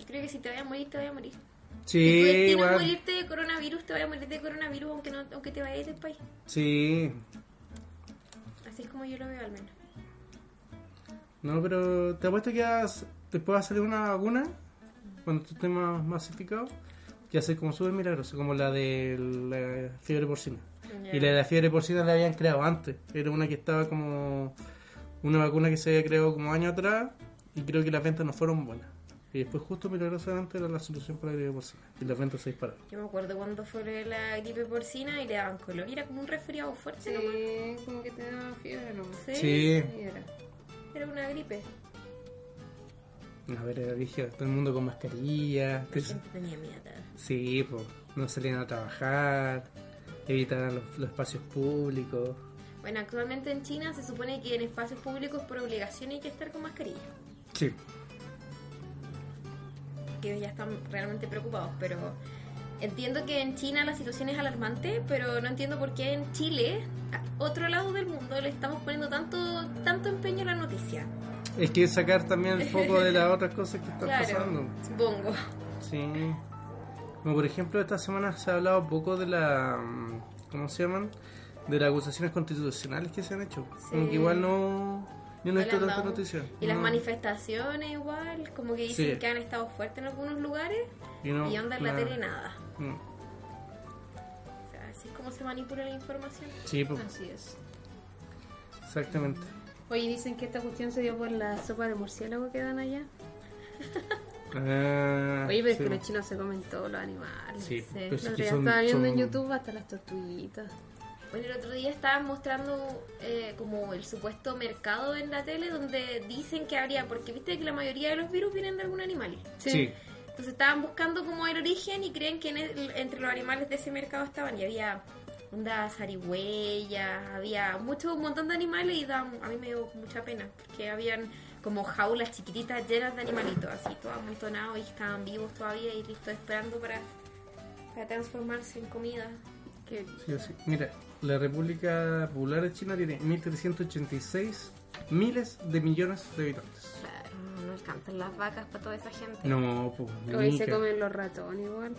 Yo creo que si te voy a morir, te voy a morir. si tu Sí, destino es igual. morirte de coronavirus, te voy a morir de coronavirus, aunque, no, aunque te vayas del país. Sí. Así es como yo lo veo al menos. No, pero te apuesto que has- después va a salir una vacuna, cuando esto esté más masificado, que hace como súper milagroso, como la de la fiebre porcina. Ya. Y la de la fiebre porcina la habían creado antes. Era una que estaba como... Una vacuna que se había creado como años atrás y creo que las ventas no fueron buenas. Y después justo milagrosamente era la solución para la fiebre porcina. Y las ventas se dispararon. Yo me acuerdo cuando fue la gripe porcina y le daban color. Y era como un resfriado fuerte, ¿no? Sí, como que te da fiebre, ¿no? Sí. Sí. Y era. Era una gripe. A ver, era brígido. todo el mundo con mascarilla. La gente tenía miedo. Sí, pues no salían a trabajar, evitaban los, los espacios públicos. Bueno, actualmente en China se supone que en espacios públicos por obligación hay que estar con mascarilla. Sí. que ellos ya están realmente preocupados, pero entiendo que en China la situación es alarmante, pero no entiendo por qué en Chile, a otro lado del mundo, le estamos poniendo tanto, tanto empeño a la noticia. Es que sacar también el foco de las otras cosas que están Claro, pasando. supongo. Sí. Como por ejemplo, esta semana se ha hablado poco de la. mm, ¿Cómo se llaman? De las acusaciones constitucionales que se han hecho. Como que igual no. Yo no he visto No le han tanta dado- noticia. Y las No. manifestaciones igual, como que dicen Sí. que han estado fuertes en algunos lugares Y, no, Mm, y onda en la nada. tele nada. No. O sea, así es como se manipula la información. Sí, Ah, pues, Así es. exactamente. Oye, dicen que esta cuestión se dio por la sopa de murciélago que dan allá. Ah, Oye, pero es sí, que po. los chinos se comen todos los animales. Sí, Sí, pero Los es que días son- estaba viendo en son- YouTube hasta las tortuguitas. Bueno, el otro día estaban mostrando eh, como el supuesto mercado en la tele donde dicen que habría, porque viste que la mayoría de los virus vienen de algún animal. Sí. Entonces estaban buscando como el origen y creen que en el- entre los animales de ese mercado estaban y había ondas zarigüeyas, había mucho, un montón de animales y daban- a mí me dio mucha pena porque habían como jaulas chiquititas llenas de animalitos, así todos amontonados y estaban vivos todavía y listos esperando para, para transformarse en comida. Que Sí, sí. Mira, la República Popular de China tiene 1.386 miles de millones de habitantes. Claro, no alcanzan las vacas para toda esa gente. No, pues. hoy se nica. comen los ratones igual.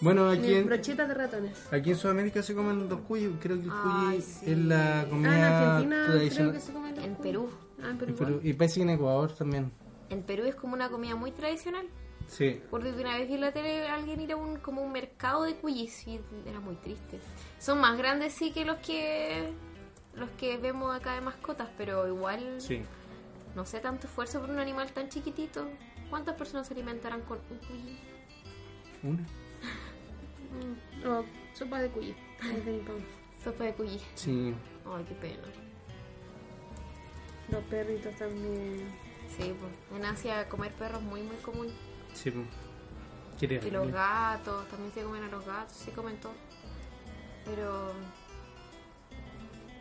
Bueno, aquí Tienen en, brochetas de ratones. aquí en Sudamérica se comen los cuyos. Creo que el cuy Ay, sí. es la Ah, en comida Argentina creo que tradicional. se comen los En cuy. Perú. Ah, en Perú. En Perú- y parece que en Ecuador también. En Perú es como una comida muy tradicional. Sí. Porque una vez vi en la tele a alguien ir a un, como un mercado de cuyis y era muy triste. Son más grandes sí que los que los que vemos acá de mascotas, pero igual no sé tanto esfuerzo por un animal tan chiquitito. ¿Cuántas personas se alimentarán con un cuyi? ¿Una? Mm, O sopa de cuyo. Es de mi papá. Sopa de cuyi. Sí. Ay, qué pena. Los perritos también. Sí, pues, en Asia comer perros es muy muy común. Sí. po. Qué Y terrible. los gatos, también se comen a los gatos, se comen todo. Pero.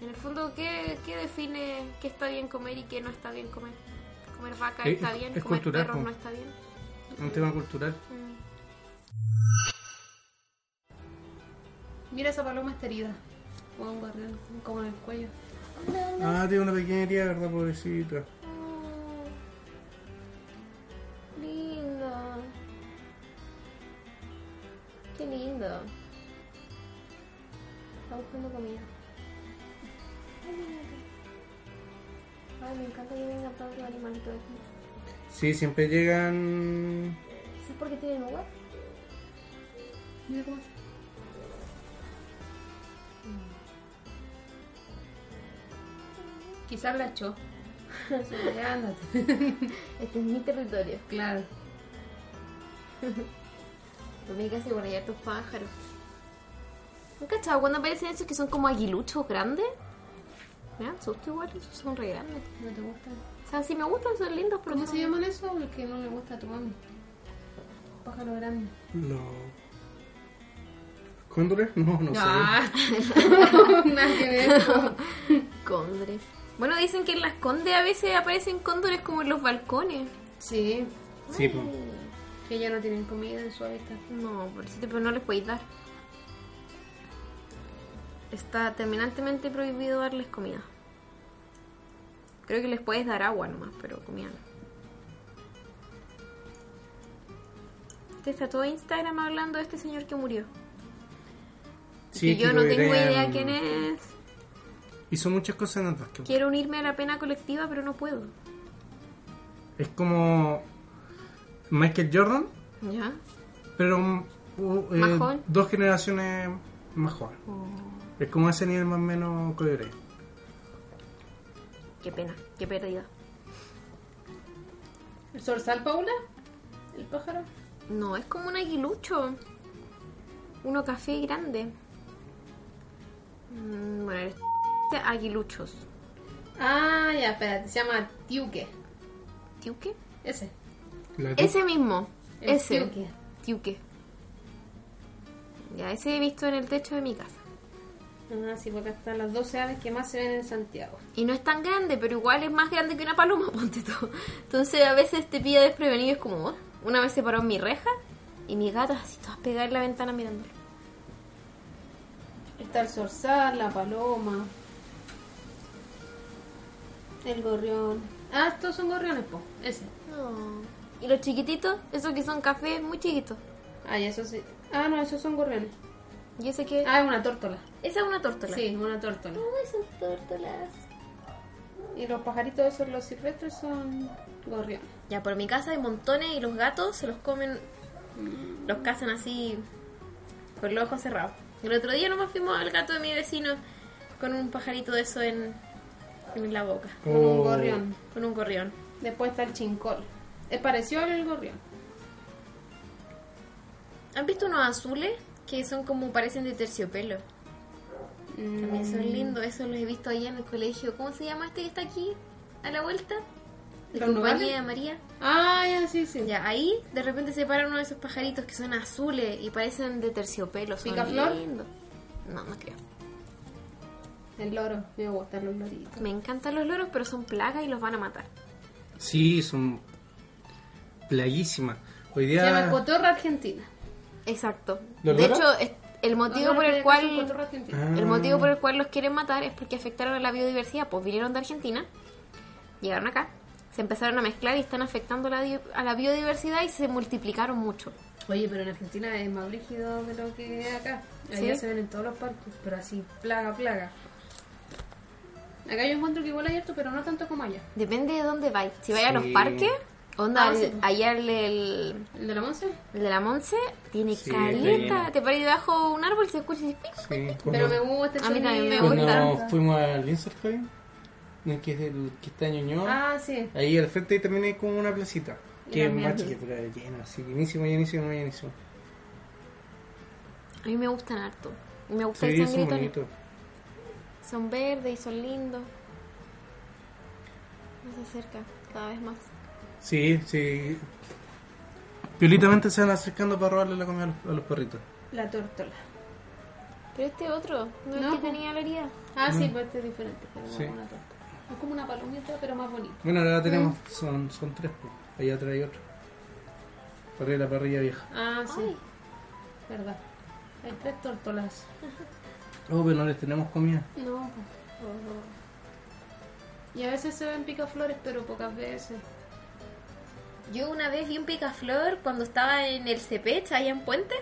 En el fondo, ¿qué, qué define qué está bien comer y qué no está bien comer? Comer vaca Eh, está es- bien, es comer cultural, perros po. no está bien. Un tema cultural. Mm. Mira esa paloma está herida. Como un guardián, como en el cuello. Ah, tiene una pequeña herida, ¿verdad, pobrecita? Mm, Lindo. Qué lindo. Está buscando comida. Ay, me encanta que vengan todos los animalitos aquí. Sí, siempre llegan. ¿Sabes por qué tienen uvas? Mira cómo hace. Mm. Quizás la echó. Así que ándate. Este es mi territorio. claro. Tú me digas si van a hallar tus pájaros. ¿Han cachado cuando aparecen esos que son como aguiluchos grandes? Me dan susto igual, esos son re grandes. No te gusta. O sea, sí me gustan, son lindos, pero ¿Cómo son- se llaman eso? El que no le gusta a tu mami. Pájaro grande. Los. ¿Cóndores? No, no Ah. sé. Nada que ver. Cóndores. Bueno, dicen que en las condes a veces aparecen cóndores como en los balcones. Sí, Sí, po. Uh. que ya no tienen comida en su hábitat. No, por eso pero no les podéis dar. Está terminantemente prohibido darles comida. Creo que les puedes dar agua nomás, pero comida no. Este está todo Instagram hablando de este señor que murió. Sí, que yo que no lo tengo idea agregan- quién es. Hizo muchas cosas en el básquetbol. Quiero unirme a la pena colectiva, pero no puedo. Es como. Michael Jordan, ¿Ya? pero. un- u- eh, Más joven. Oh. dos generaciones más joven. Es como ese nivel más o menos Kobe Bryant. Qué pena, qué pérdida. ¿El zorzal, Paula? ¿El pájaro? No, es como un aguilucho. Uno café grande. Mm, Bueno, eres de aguiluchos. Ah, ya, espérate, se llama tiuque. ¿Tiuque? Ese. La de- Ese mismo. El ese. tiuque. Tiuque. Ya, ese he visto en el techo de mi casa. Ah, sí, porque acá están las 12 aves que más se ven en Santiago. Y no es tan grande, pero igual es más grande que una paloma, ponte todo. Entonces a veces te pilla desprevenido, es como, "Oh". una vez se paró en mi reja y mi gata así todas pegadas en la ventana mirándolo. Está el zorzal, la paloma, el gorrión. Ah, estos son gorriones, po. Ese. Y los chiquititos, esos que son cafés muy chiquitos. Ah, ya, esos sí. Ah, no, esos son gorriones. Yo sé que... Ah, es una tórtola. Esa es una tórtola. Sí, una tórtola. Ay, son tórtolas. Y los pajaritos esos, los silvestres, son gorriones. Ya, por mi casa hay montones y los gatos se los comen, los cazan así con los ojos cerrados. El otro día nomás fuimos al gato de mi vecino con un pajarito de eso en, en la boca, Oh. Con un gorrión. con un gorrión. Después está el chincol. Es parecido al gorrión. ¿Han visto unos azules que son como parecen de terciopelo? También son lindos, eso los he visto allá en el colegio. ¿Cómo se llama este que está aquí a la vuelta? De ¿Los compañía nogales? de María. Ah, ya, sí, sí. Ya, ahí de repente se para uno de esos pajaritos que son azules y parecen de terciopelo. Son ¿Picaflor? lindos. No, no creo. El loro. Me gustan los loritos. Me encantan los loros, pero son plagas y los van a matar. Sí, son plaguísimas. Hoy Se llama día. cotorra argentina. Exacto. ¿Los de loros? hecho, es- el motivo No, por no, el acá son cotorra cual argentina. Ah, el motivo por el cual los quieren matar es porque afectaron a la biodiversidad. Pues vinieron de Argentina, llegaron acá, se empezaron a mezclar y están afectando la di- a la biodiversidad y se multiplicaron mucho. Oye, pero en Argentina es más brígido de lo que es acá. Allá Sí. se ven en todos los parques, pero así, plaga, plaga. Acá yo encuentro que igual hay harto, pero no tanto como allá. Depende de dónde vais. Si vais a los Sí. parques, onda Ah, al- sí, pues. allá el- el ¿El de la Monza? El de la Monse tiene Sí, está caleta. lleno. Te paras debajo de un árbol y se escucha así, ¡pic! Sí, Pero cuando- me gusta el A mí también me sonido. Cuando fuimos al Insert Coin, ¿no? que es el que está en Ñuñoa, Ah, sí. ahí al frente también hay como una placita, Y que es también. más chiquita, pero llena, así, llenísimo, llenísimo, llenísimo. A mí me gustan harto. Y Me gusta Sí, el son sangritones. bonitos. Son verdes y son lindos. Más acerca, cada vez más. Sí, sí. Violentamente se van acercando para robarle la comida a los, a los perritos. La tórtola. Pero este otro, no, No, es que pues. tenía la herida. Ah, sí, pues este es diferente. Pero Mm. Sí. no, una torta. Es como una palomita, pero más bonita. Bueno, ahora tenemos, son, son tres, pues. Ahí atrás hay otro. Para la parrilla vieja. Ah, sí. Ay. Verdad. Hay tres tórtolas. Oh, pero no les tenemos comida. No. Y a veces se ven picaflores, pero pocas veces. Yo una vez vi un picaflor cuando estaba en el CP, allá en Puente.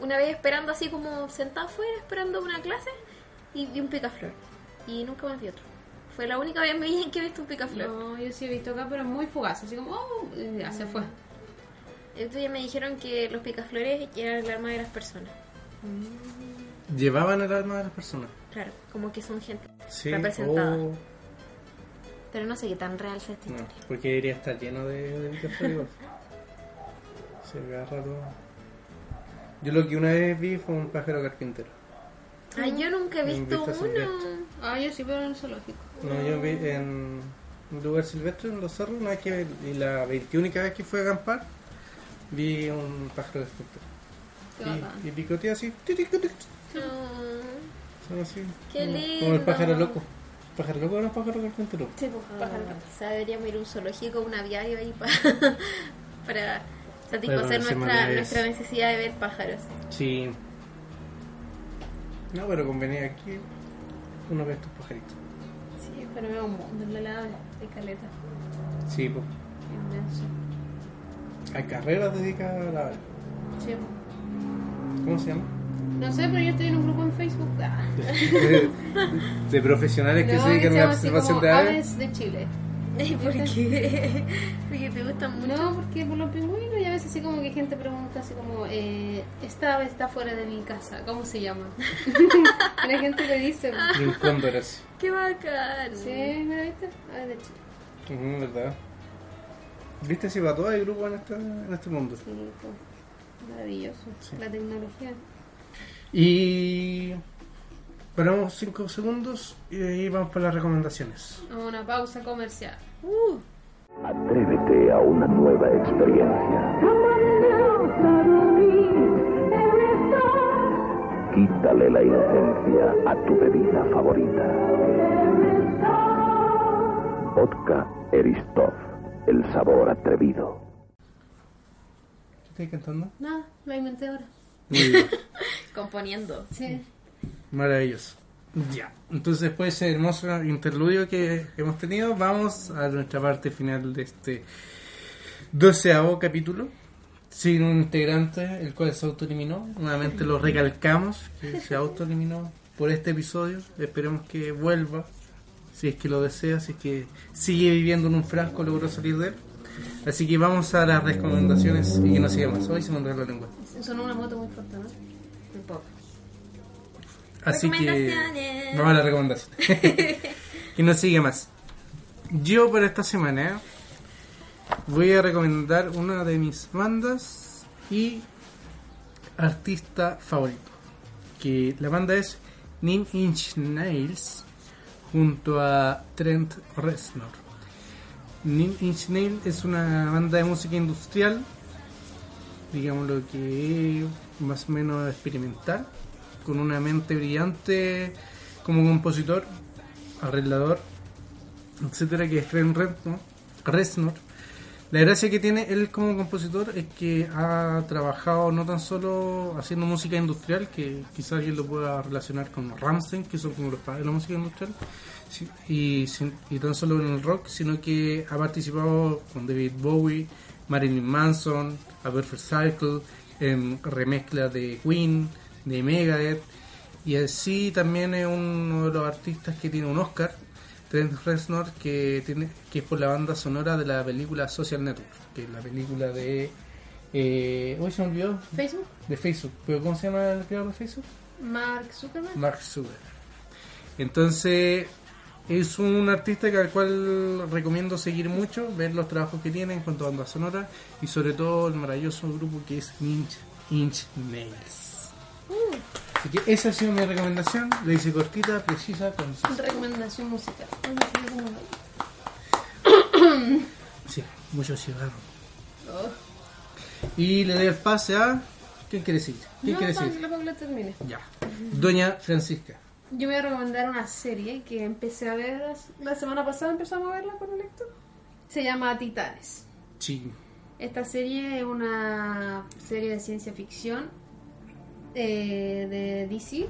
Una vez esperando así como sentado afuera, esperando una clase, y vi un picaflor. Y nunca más vi otro. Fue la única vez en mi vida en que he visto un picaflor. No, yo sí he visto acá, pero es muy fugaz. Así como, oh, y ya se fue. El otro día me dijeron que los picaflores eran el arma de las personas. Llevaban el alma de las personas. Claro, como que son gente Sí. representada. oh, Pero no sé qué tan real sea este esta no, historia. porque debería estar lleno de, de picaflores. Se agarra todo. Yo lo que una vez vi fue un pájaro carpintero. Ay, Ah, yo nunca he Me visto invita a uno. Ah, yo sí, pero en el zoológico. No, yo vi en un lugar silvestre, en los cerros, una vez que, y la única vez que fui a acampar, vi un pájaro Qué carpintero. bacán. Y, y picotea así. tiri, tiri, tiri. No. Son así. Qué como- lindo. Como el pájaro loco. ¿El pájaro loco era un pájaro carpintero? Sí, Quizá deberíamos ir a un zoológico, un aviario ahí pa- para satisfacer Pero se nuestra, maneja nuestra eso. necesidad de ver pájaros. Sí. No, pero con venir aquí uno ve estos pajaritos. Sí, pero veo un mundo en la helada de caleta. Sí, pues. Inmenso. Hay carreras dedicadas a la aves. Sí. ¿Cómo se llama? No sé, pero yo estoy en un grupo en Facebook. Ah. De, de profesionales que No, se dedican a se la llama así observación como de aves. aves de Chile. ¿Por qué? Porque te gustan mucho. No, porque por los pingüinos y a veces así como que gente pregunta así como, eh, esta ave está fuera de mi casa, ¿cómo se llama? Y la gente le dice, Y un cóndor así. ¡Qué bacán! sí, mira, viste, ave de Chile. Ujú, Mm, ¿Verdad? ¿Viste si va todo el grupo en, esta- en este mundo? Sí, pues, maravilloso, la tecnología. Y paramos 5 segundos y de ahí vamos para las recomendaciones. A Una pausa comercial. Uh, Atrévete a una nueva experiencia. Quítale la inocencia a tu bebida favorita. Vodka Eristov, el sabor atrevido. ¿Qué estáis cantando? Nada, la inventé ahora. Muy bien. componiendo. Sí, Maravilloso. Ya. Entonces, después de ese hermoso interludio que hemos tenido, vamos a nuestra parte final de este doceavo capítulo. Sin un integrante, el cual se autoeliminó. Nuevamente lo recalcamos, que se autoeliminó por este episodio. Esperemos que vuelva, si es que lo desea, si es que sigue viviendo en un frasco, logró salir de él. Así que vamos a las recomendaciones y que no siga más. Hoy se me enredó la lengua. sonó una moto muy fuerte, ¿no? Un poco. Así que Recomendaciones. vamos a la recomendación. y nos sigue más. Yo para esta semana voy a recomendar una de mis bandas y artista favorito. Que la banda es Nine Inch Nails junto a Trent Reznor. Nine Inch Nails es una banda de música industrial, digamos lo que es más o menos experimental, con una mente brillante como compositor, arreglador, etcétera, que es Trent Reznor. Reznor. La gracia que tiene él como compositor es que ha trabajado no tan solo haciendo música industrial, que quizás alguien lo pueda relacionar con Ramstein, que son como los padres de la música industrial, sí, y, sin- y tan solo en el rock, sino que ha participado con David Bowie, Marilyn Manson, A Perfect Cycle, en remezcla de Queen, de Megadeth, y así también es uno de los artistas que tiene un Oscar, Trent Reznor, que, tiene, que es por la banda sonora de la película Social Network, que es la película de... Eh, hoy se me olvidó, Facebook, de Facebook, pero ¿cómo se llama el creador de Facebook? Mark Zuckerberg. Mark Zuckerberg. Entonces, es un artista que al cual recomiendo seguir mucho, ver los trabajos que tiene en cuanto a banda sonora y sobre todo el maravilloso grupo que es Inch, Inch Nails. Así que esa ha sido mi recomendación, la hice cortita, precisa, concisa. Recomendación musical. Ay, me salió como gallo. Sí, mucho cigarro. Oh. Y le doy el pase a... ¿Quién quiere seguir? ¿Quién No, quiere pa- seguir? la Paula termine. Ya. Doña Francisca. Yo voy a recomendar una serie que empecé a ver as- la semana pasada, empezamos a verla con el Héctor. Se llama Titanes. Sí. Esta serie es una serie de ciencia ficción eh, de DC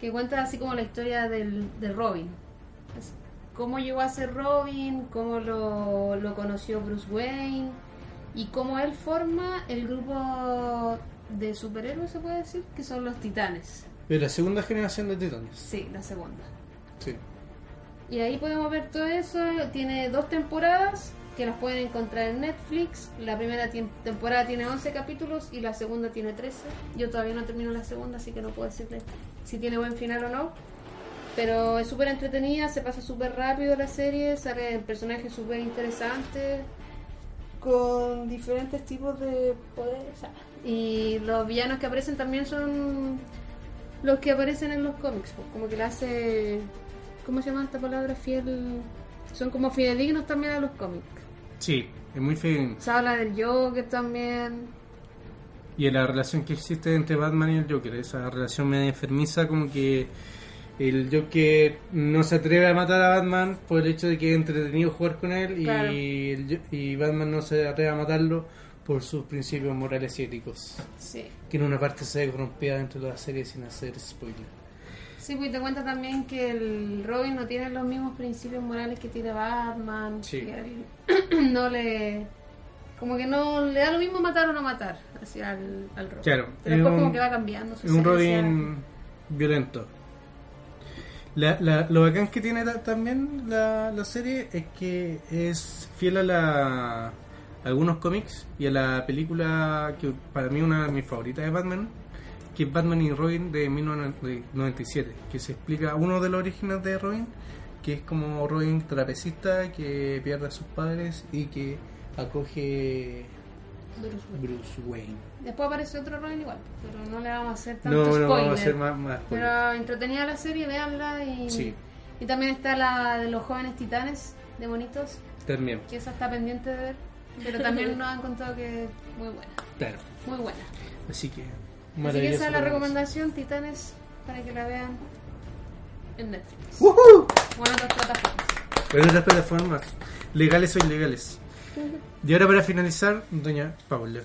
que cuenta así como la historia del, de Robin. Es- Cómo llegó a ser Robin, cómo lo, lo conoció Bruce Wayne y cómo él forma el grupo de superhéroes, se puede decir, que son los Titanes. De la segunda generación de titanes. Sí, la segunda. Sí. Y ahí podemos ver todo eso. Tiene dos temporadas que las pueden encontrar en Netflix. La primera tiem- temporada tiene 11 capítulos y la segunda tiene 13. Yo todavía no termino la segunda, así que no puedo decirle si tiene buen final o no. Pero es súper entretenida, se pasa súper rápido la serie, salen personajes súper interesantes con diferentes tipos de poderes. o sea, Y los villanos que aparecen también son los que aparecen en los cómics, pues, como que le hace. ¿Cómo se llama esta palabra? Fiel. Son como fidedignos también a los cómics. Sí, es muy feo. Se habla del Joker también. Y en la relación que existe entre Batman y el Joker, esa relación medio enfermiza, como que el Joker no se atreve a matar a Batman por el hecho de que es entretenido jugar con él y, Claro. el Jo- y Batman no se atreve a matarlo por sus principios morales y éticos. Sí. Que en una parte se ve corrompida dentro de la serie sin hacer spoiler. Sí, pues y te cuenta también que el Robin no tiene los mismos principios morales que tiene Batman. Sí. que él no le. Como que no le da lo mismo matar o no matar así al, al Robin. Claro, Pero es después un- como que va cambiando su Es un esencia. Robin violento. La- la- lo bacán que tiene ta- también la, la serie es que es fiel a la a algunos cómics y a la película que para mí una de mis favoritas de Batman, que es Batman y Robin de 1997, que se explica uno de los orígenes de Robin, que es como Robin trapecista que pierde a sus padres y que acoge Bruce Wayne. Bruce Wayne. Después aparece otro Robin igual, pero no le vamos a hacer tanto No, spoiler. no vamos a hacer más, más spoilers. Pero entretenida la serie, veanla y, Sí. y también está la de los jóvenes titanes de bonitos, También, que esa está pendiente de ver, pero también nos han contado que es muy buena, claro. muy buena. Así que, Así que esa es la recomendación. recomendación, Titanes, para que la vean en Netflix. ¡Woohoo! O en otras plataformas. Pero en otras plataformas, legales o ilegales. Y ahora para finalizar, doña Paula.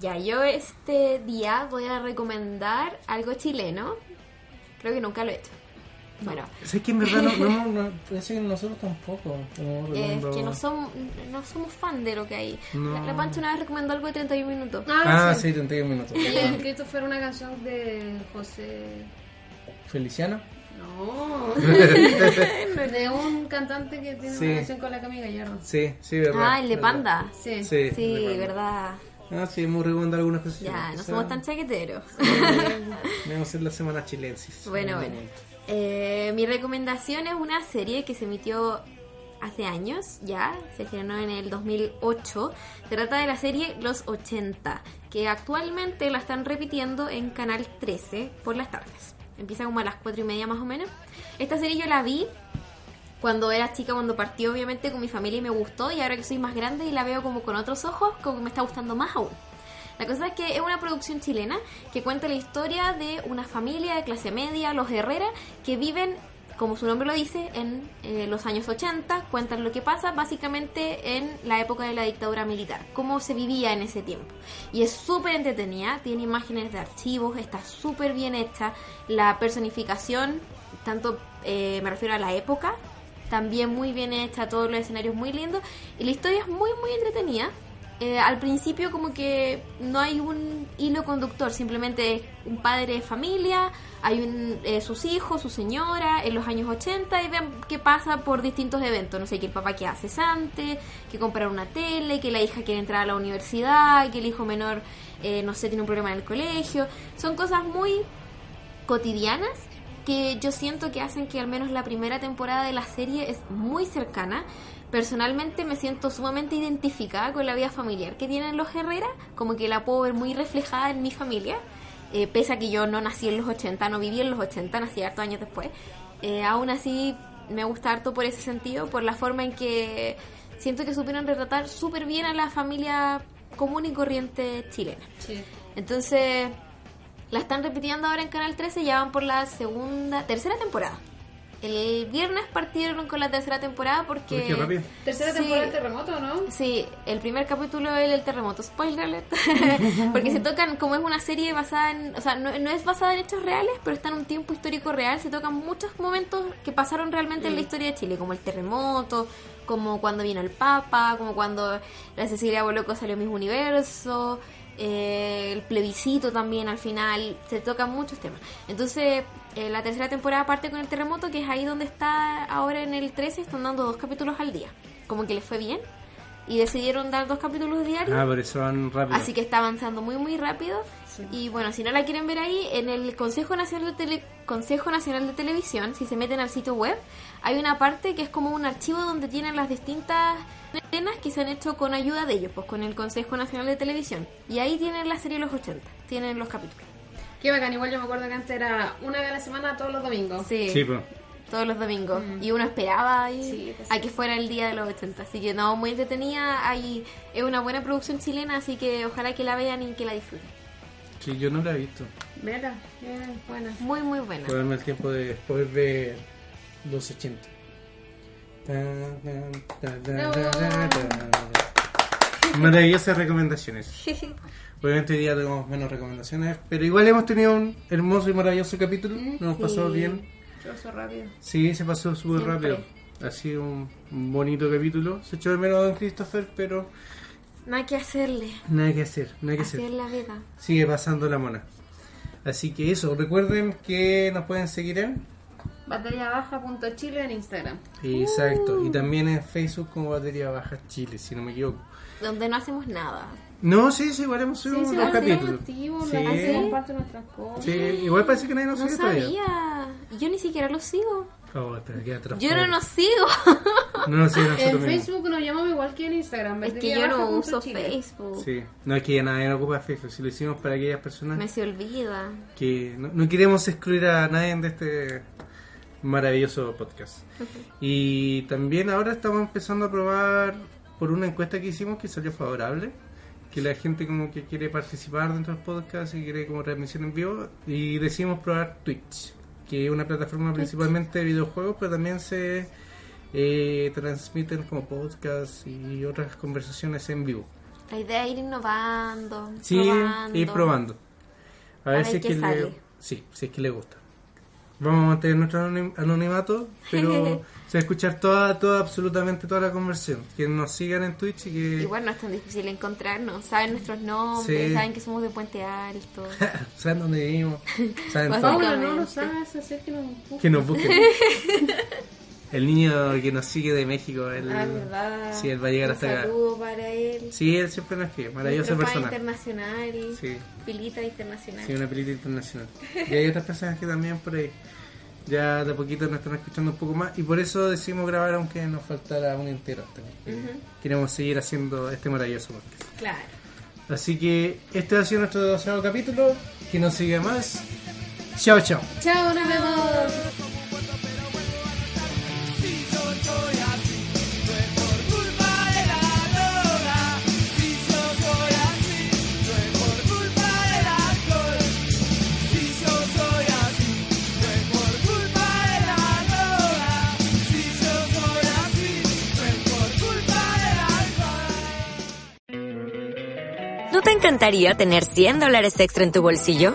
Ya, yo este día voy a recomendar algo chileno. Creo que nunca lo he hecho. Bueno, Es que en verdad no, no, no, es que nosotros tampoco. no es recomiendo- que no somos, no somos fan de lo que hay. No. La, la Pancho una vez recomendó algo de 31 minutos. Ah, Ah, sí. sí, Ah. 31 minutos. Y perdón. el Christopher, una canción de José... Feliciano. No, de un cantante que tiene Sí. una canción con la Camila Gallardo. Sí, sí, verdad. ah, el de verdad. Panda. Sí. Sí, Sí, de Panda. verdad. Ah, sí, hemos recomendado algunas cosas. Ya, no O sea, somos tan chaqueteros. Vamos a hacer la semana chilensis. Bueno, bueno. Eh, mi recomendación es una serie que se emitió hace años ya, se estrenó en el 2008. Se trata de la serie Los 80, que actualmente la están repitiendo en Canal 13 por las tardes. Empieza como a las 4 y media más o menos. Esta serie yo la vi cuando era chica, cuando partió obviamente con mi familia y me gustó, y ahora que soy más grande y la veo como con otros ojos, como que me está gustando más aún. La cosa es que es una producción chilena que cuenta la historia de una familia de clase media, los Herrera, que viven, como su nombre lo dice, en eh, los años 80, cuentan lo que pasa básicamente en la época de la dictadura militar, cómo se vivía en ese tiempo. Y es súper entretenida, tiene imágenes de archivos, está súper bien hecha, la personificación, tanto eh, me refiero a la época, también muy bien hecha, todos los escenarios muy lindos y la historia es muy muy entretenida. Eh, al principio como que no hay un hilo conductor, simplemente es un padre de familia, hay un, eh, sus hijos, su señora, en los años 80 y ven qué pasa por distintos eventos, no sé, que el papá queda cesante, que comprar una tele, que la hija quiere entrar a la universidad, que el hijo menor, eh, no sé, tiene un problema en el colegio, son cosas muy cotidianas que yo siento que hacen que al menos la primera temporada de la serie es muy cercana. Personalmente me siento sumamente identificada con la vida familiar que tienen los Herrera, como que la puedo ver muy reflejada en mi familia, eh, pese a que yo no nací en los 80, no viví en los 80, nací hartos años después. Eh, aún así me gusta harto por ese sentido, por la forma en que siento que supieron retratar súper bien a la familia común y corriente chilena. Sí. Entonces, La están repitiendo ahora en Canal 13, ya van por la segunda, tercera temporada. El viernes partieron con la tercera temporada porque... Uy, qué rápido. Tercera Sí. temporada de terremoto, ¿no? Sí, el primer capítulo es el terremoto, spoiler alert. Porque se tocan, como es una serie basada en. O sea, no, no es basada en hechos reales, pero está en un tiempo histórico real. Se tocan muchos momentos que pasaron realmente en la historia de Chile, como el terremoto, como cuando vino el Papa, como cuando la Cecilia Boloco salió Miss Universo, eh, el plebiscito también al final. Se tocan muchos temas. Entonces. eh, la tercera temporada parte con el terremoto, que es ahí donde está ahora en el 13, están dando dos capítulos al día. Como que les fue bien, y decidieron dar dos capítulos diarios. Ah, por eso van rápido. Así que está avanzando muy muy rápido y bueno, si no la quieren ver ahí en el Consejo Nacional de Tele- Consejo Nacional de Televisión, si se meten al sitio web, hay una parte que es como un archivo donde tienen las distintas escenas que se han hecho con ayuda de ellos, pues con el Consejo Nacional de Televisión y ahí tienen la serie de los 80, tienen los capítulos. Qué bacán, igual yo me acuerdo que antes era una vez a la semana todos los domingos. Sí. Sí, pues. Todos los domingos. Y uno esperaba ahí Sí, pues a que fuera el día de los 80. Así que no, muy entretenida. Hay, es una buena producción chilena, así que ojalá que la vean y que la disfruten. Sí, yo no la he visto. Mira, bien, buena. Muy, muy buena. Puedo darme el tiempo de después ver los 80. Tan, tan, tan, tan, tan, tan. Maravillosas recomendaciones. Obviamente hoy día tenemos menos recomendaciones, pero igual hemos tenido un hermoso y maravilloso capítulo. Nos hemos pasado bien. Trozo rápido. Sí, se pasó súper Siempre. rápido. Ha sido un un bonito capítulo. Se echó de menos a Don Christopher, pero Nada que hacerle. nada que hacer, nada que hacer. Hacer la vida. Sigue pasando la mona. Así que eso, recuerden que nos pueden seguir en Bateriabaja.chile en Instagram. Exacto, y también en Facebook como Batería Baja Chile, si no me equivoco. Donde no hacemos nada. No, sí, sí, igual hemos subido Sí, sí, dos igual tenemos capítulos. activos, Sí. la gente comparte nuestras cosas. Sí, igual parece que nadie nos No sigue todavía. sabía. Yo ni siquiera lo sigo. Oh, pero qué atroz. Yo no pobre. nos sigo. No nos sigue En nosotros mismos. Facebook nos llamamos igual que en Instagram. es que yo bateriabaja no punto uso chile. Facebook. Sí, no es que ya nadie nos ocupa Facebook, si lo hicimos para aquellas personas Me se olvida. que no, no queremos excluir a nadie de este maravilloso podcast. Y también ahora estamos empezando a probar por una encuesta que hicimos que salió favorable, que la gente como que quiere participar dentro del podcast y quiere como transmisión en vivo y decidimos probar Twitch, que es una plataforma principalmente de videojuegos, pero también se eh, transmiten como podcasts y otras conversaciones en vivo. La idea es ir innovando. Sí, probando. ir probando. A ver, ver si es qué que sale. le, sí, si es que le gusta. Vamos a mantener nuestro anonim- anonimato, pero se va a escuchar toda, toda, absolutamente toda la conversión. Que nos sigan en Twitch y que Igual no es tan difícil encontrarnos. Saben nuestros nombres, Sí. saben que somos de Puente Alto. saben dónde vivimos, saben Pues todo. vamos. Paula, no nos hagas hacer que nos Que nos busquen. el niño que nos sigue de México, él, Ah, verdad. sí, él va a llegar hasta Un acá. saludo para él. Sí, él siempre nos sigue, maravillosa Nuestro fan persona. internacional. Sí. Pilita internacional. Sí, una película internacional. Y hay otras personas que también por ahí ya de a poquito nos están escuchando un poco más y por eso decidimos grabar aunque nos faltara un entero. también. Queremos seguir haciendo este maravilloso podcast. Claro. Así que este ha sido nuestro doceavo capítulo. Que nos siga más. Chao, chao. Chao, nos vemos. ¿No te encantaría tener 100 dólares extra en tu bolsillo?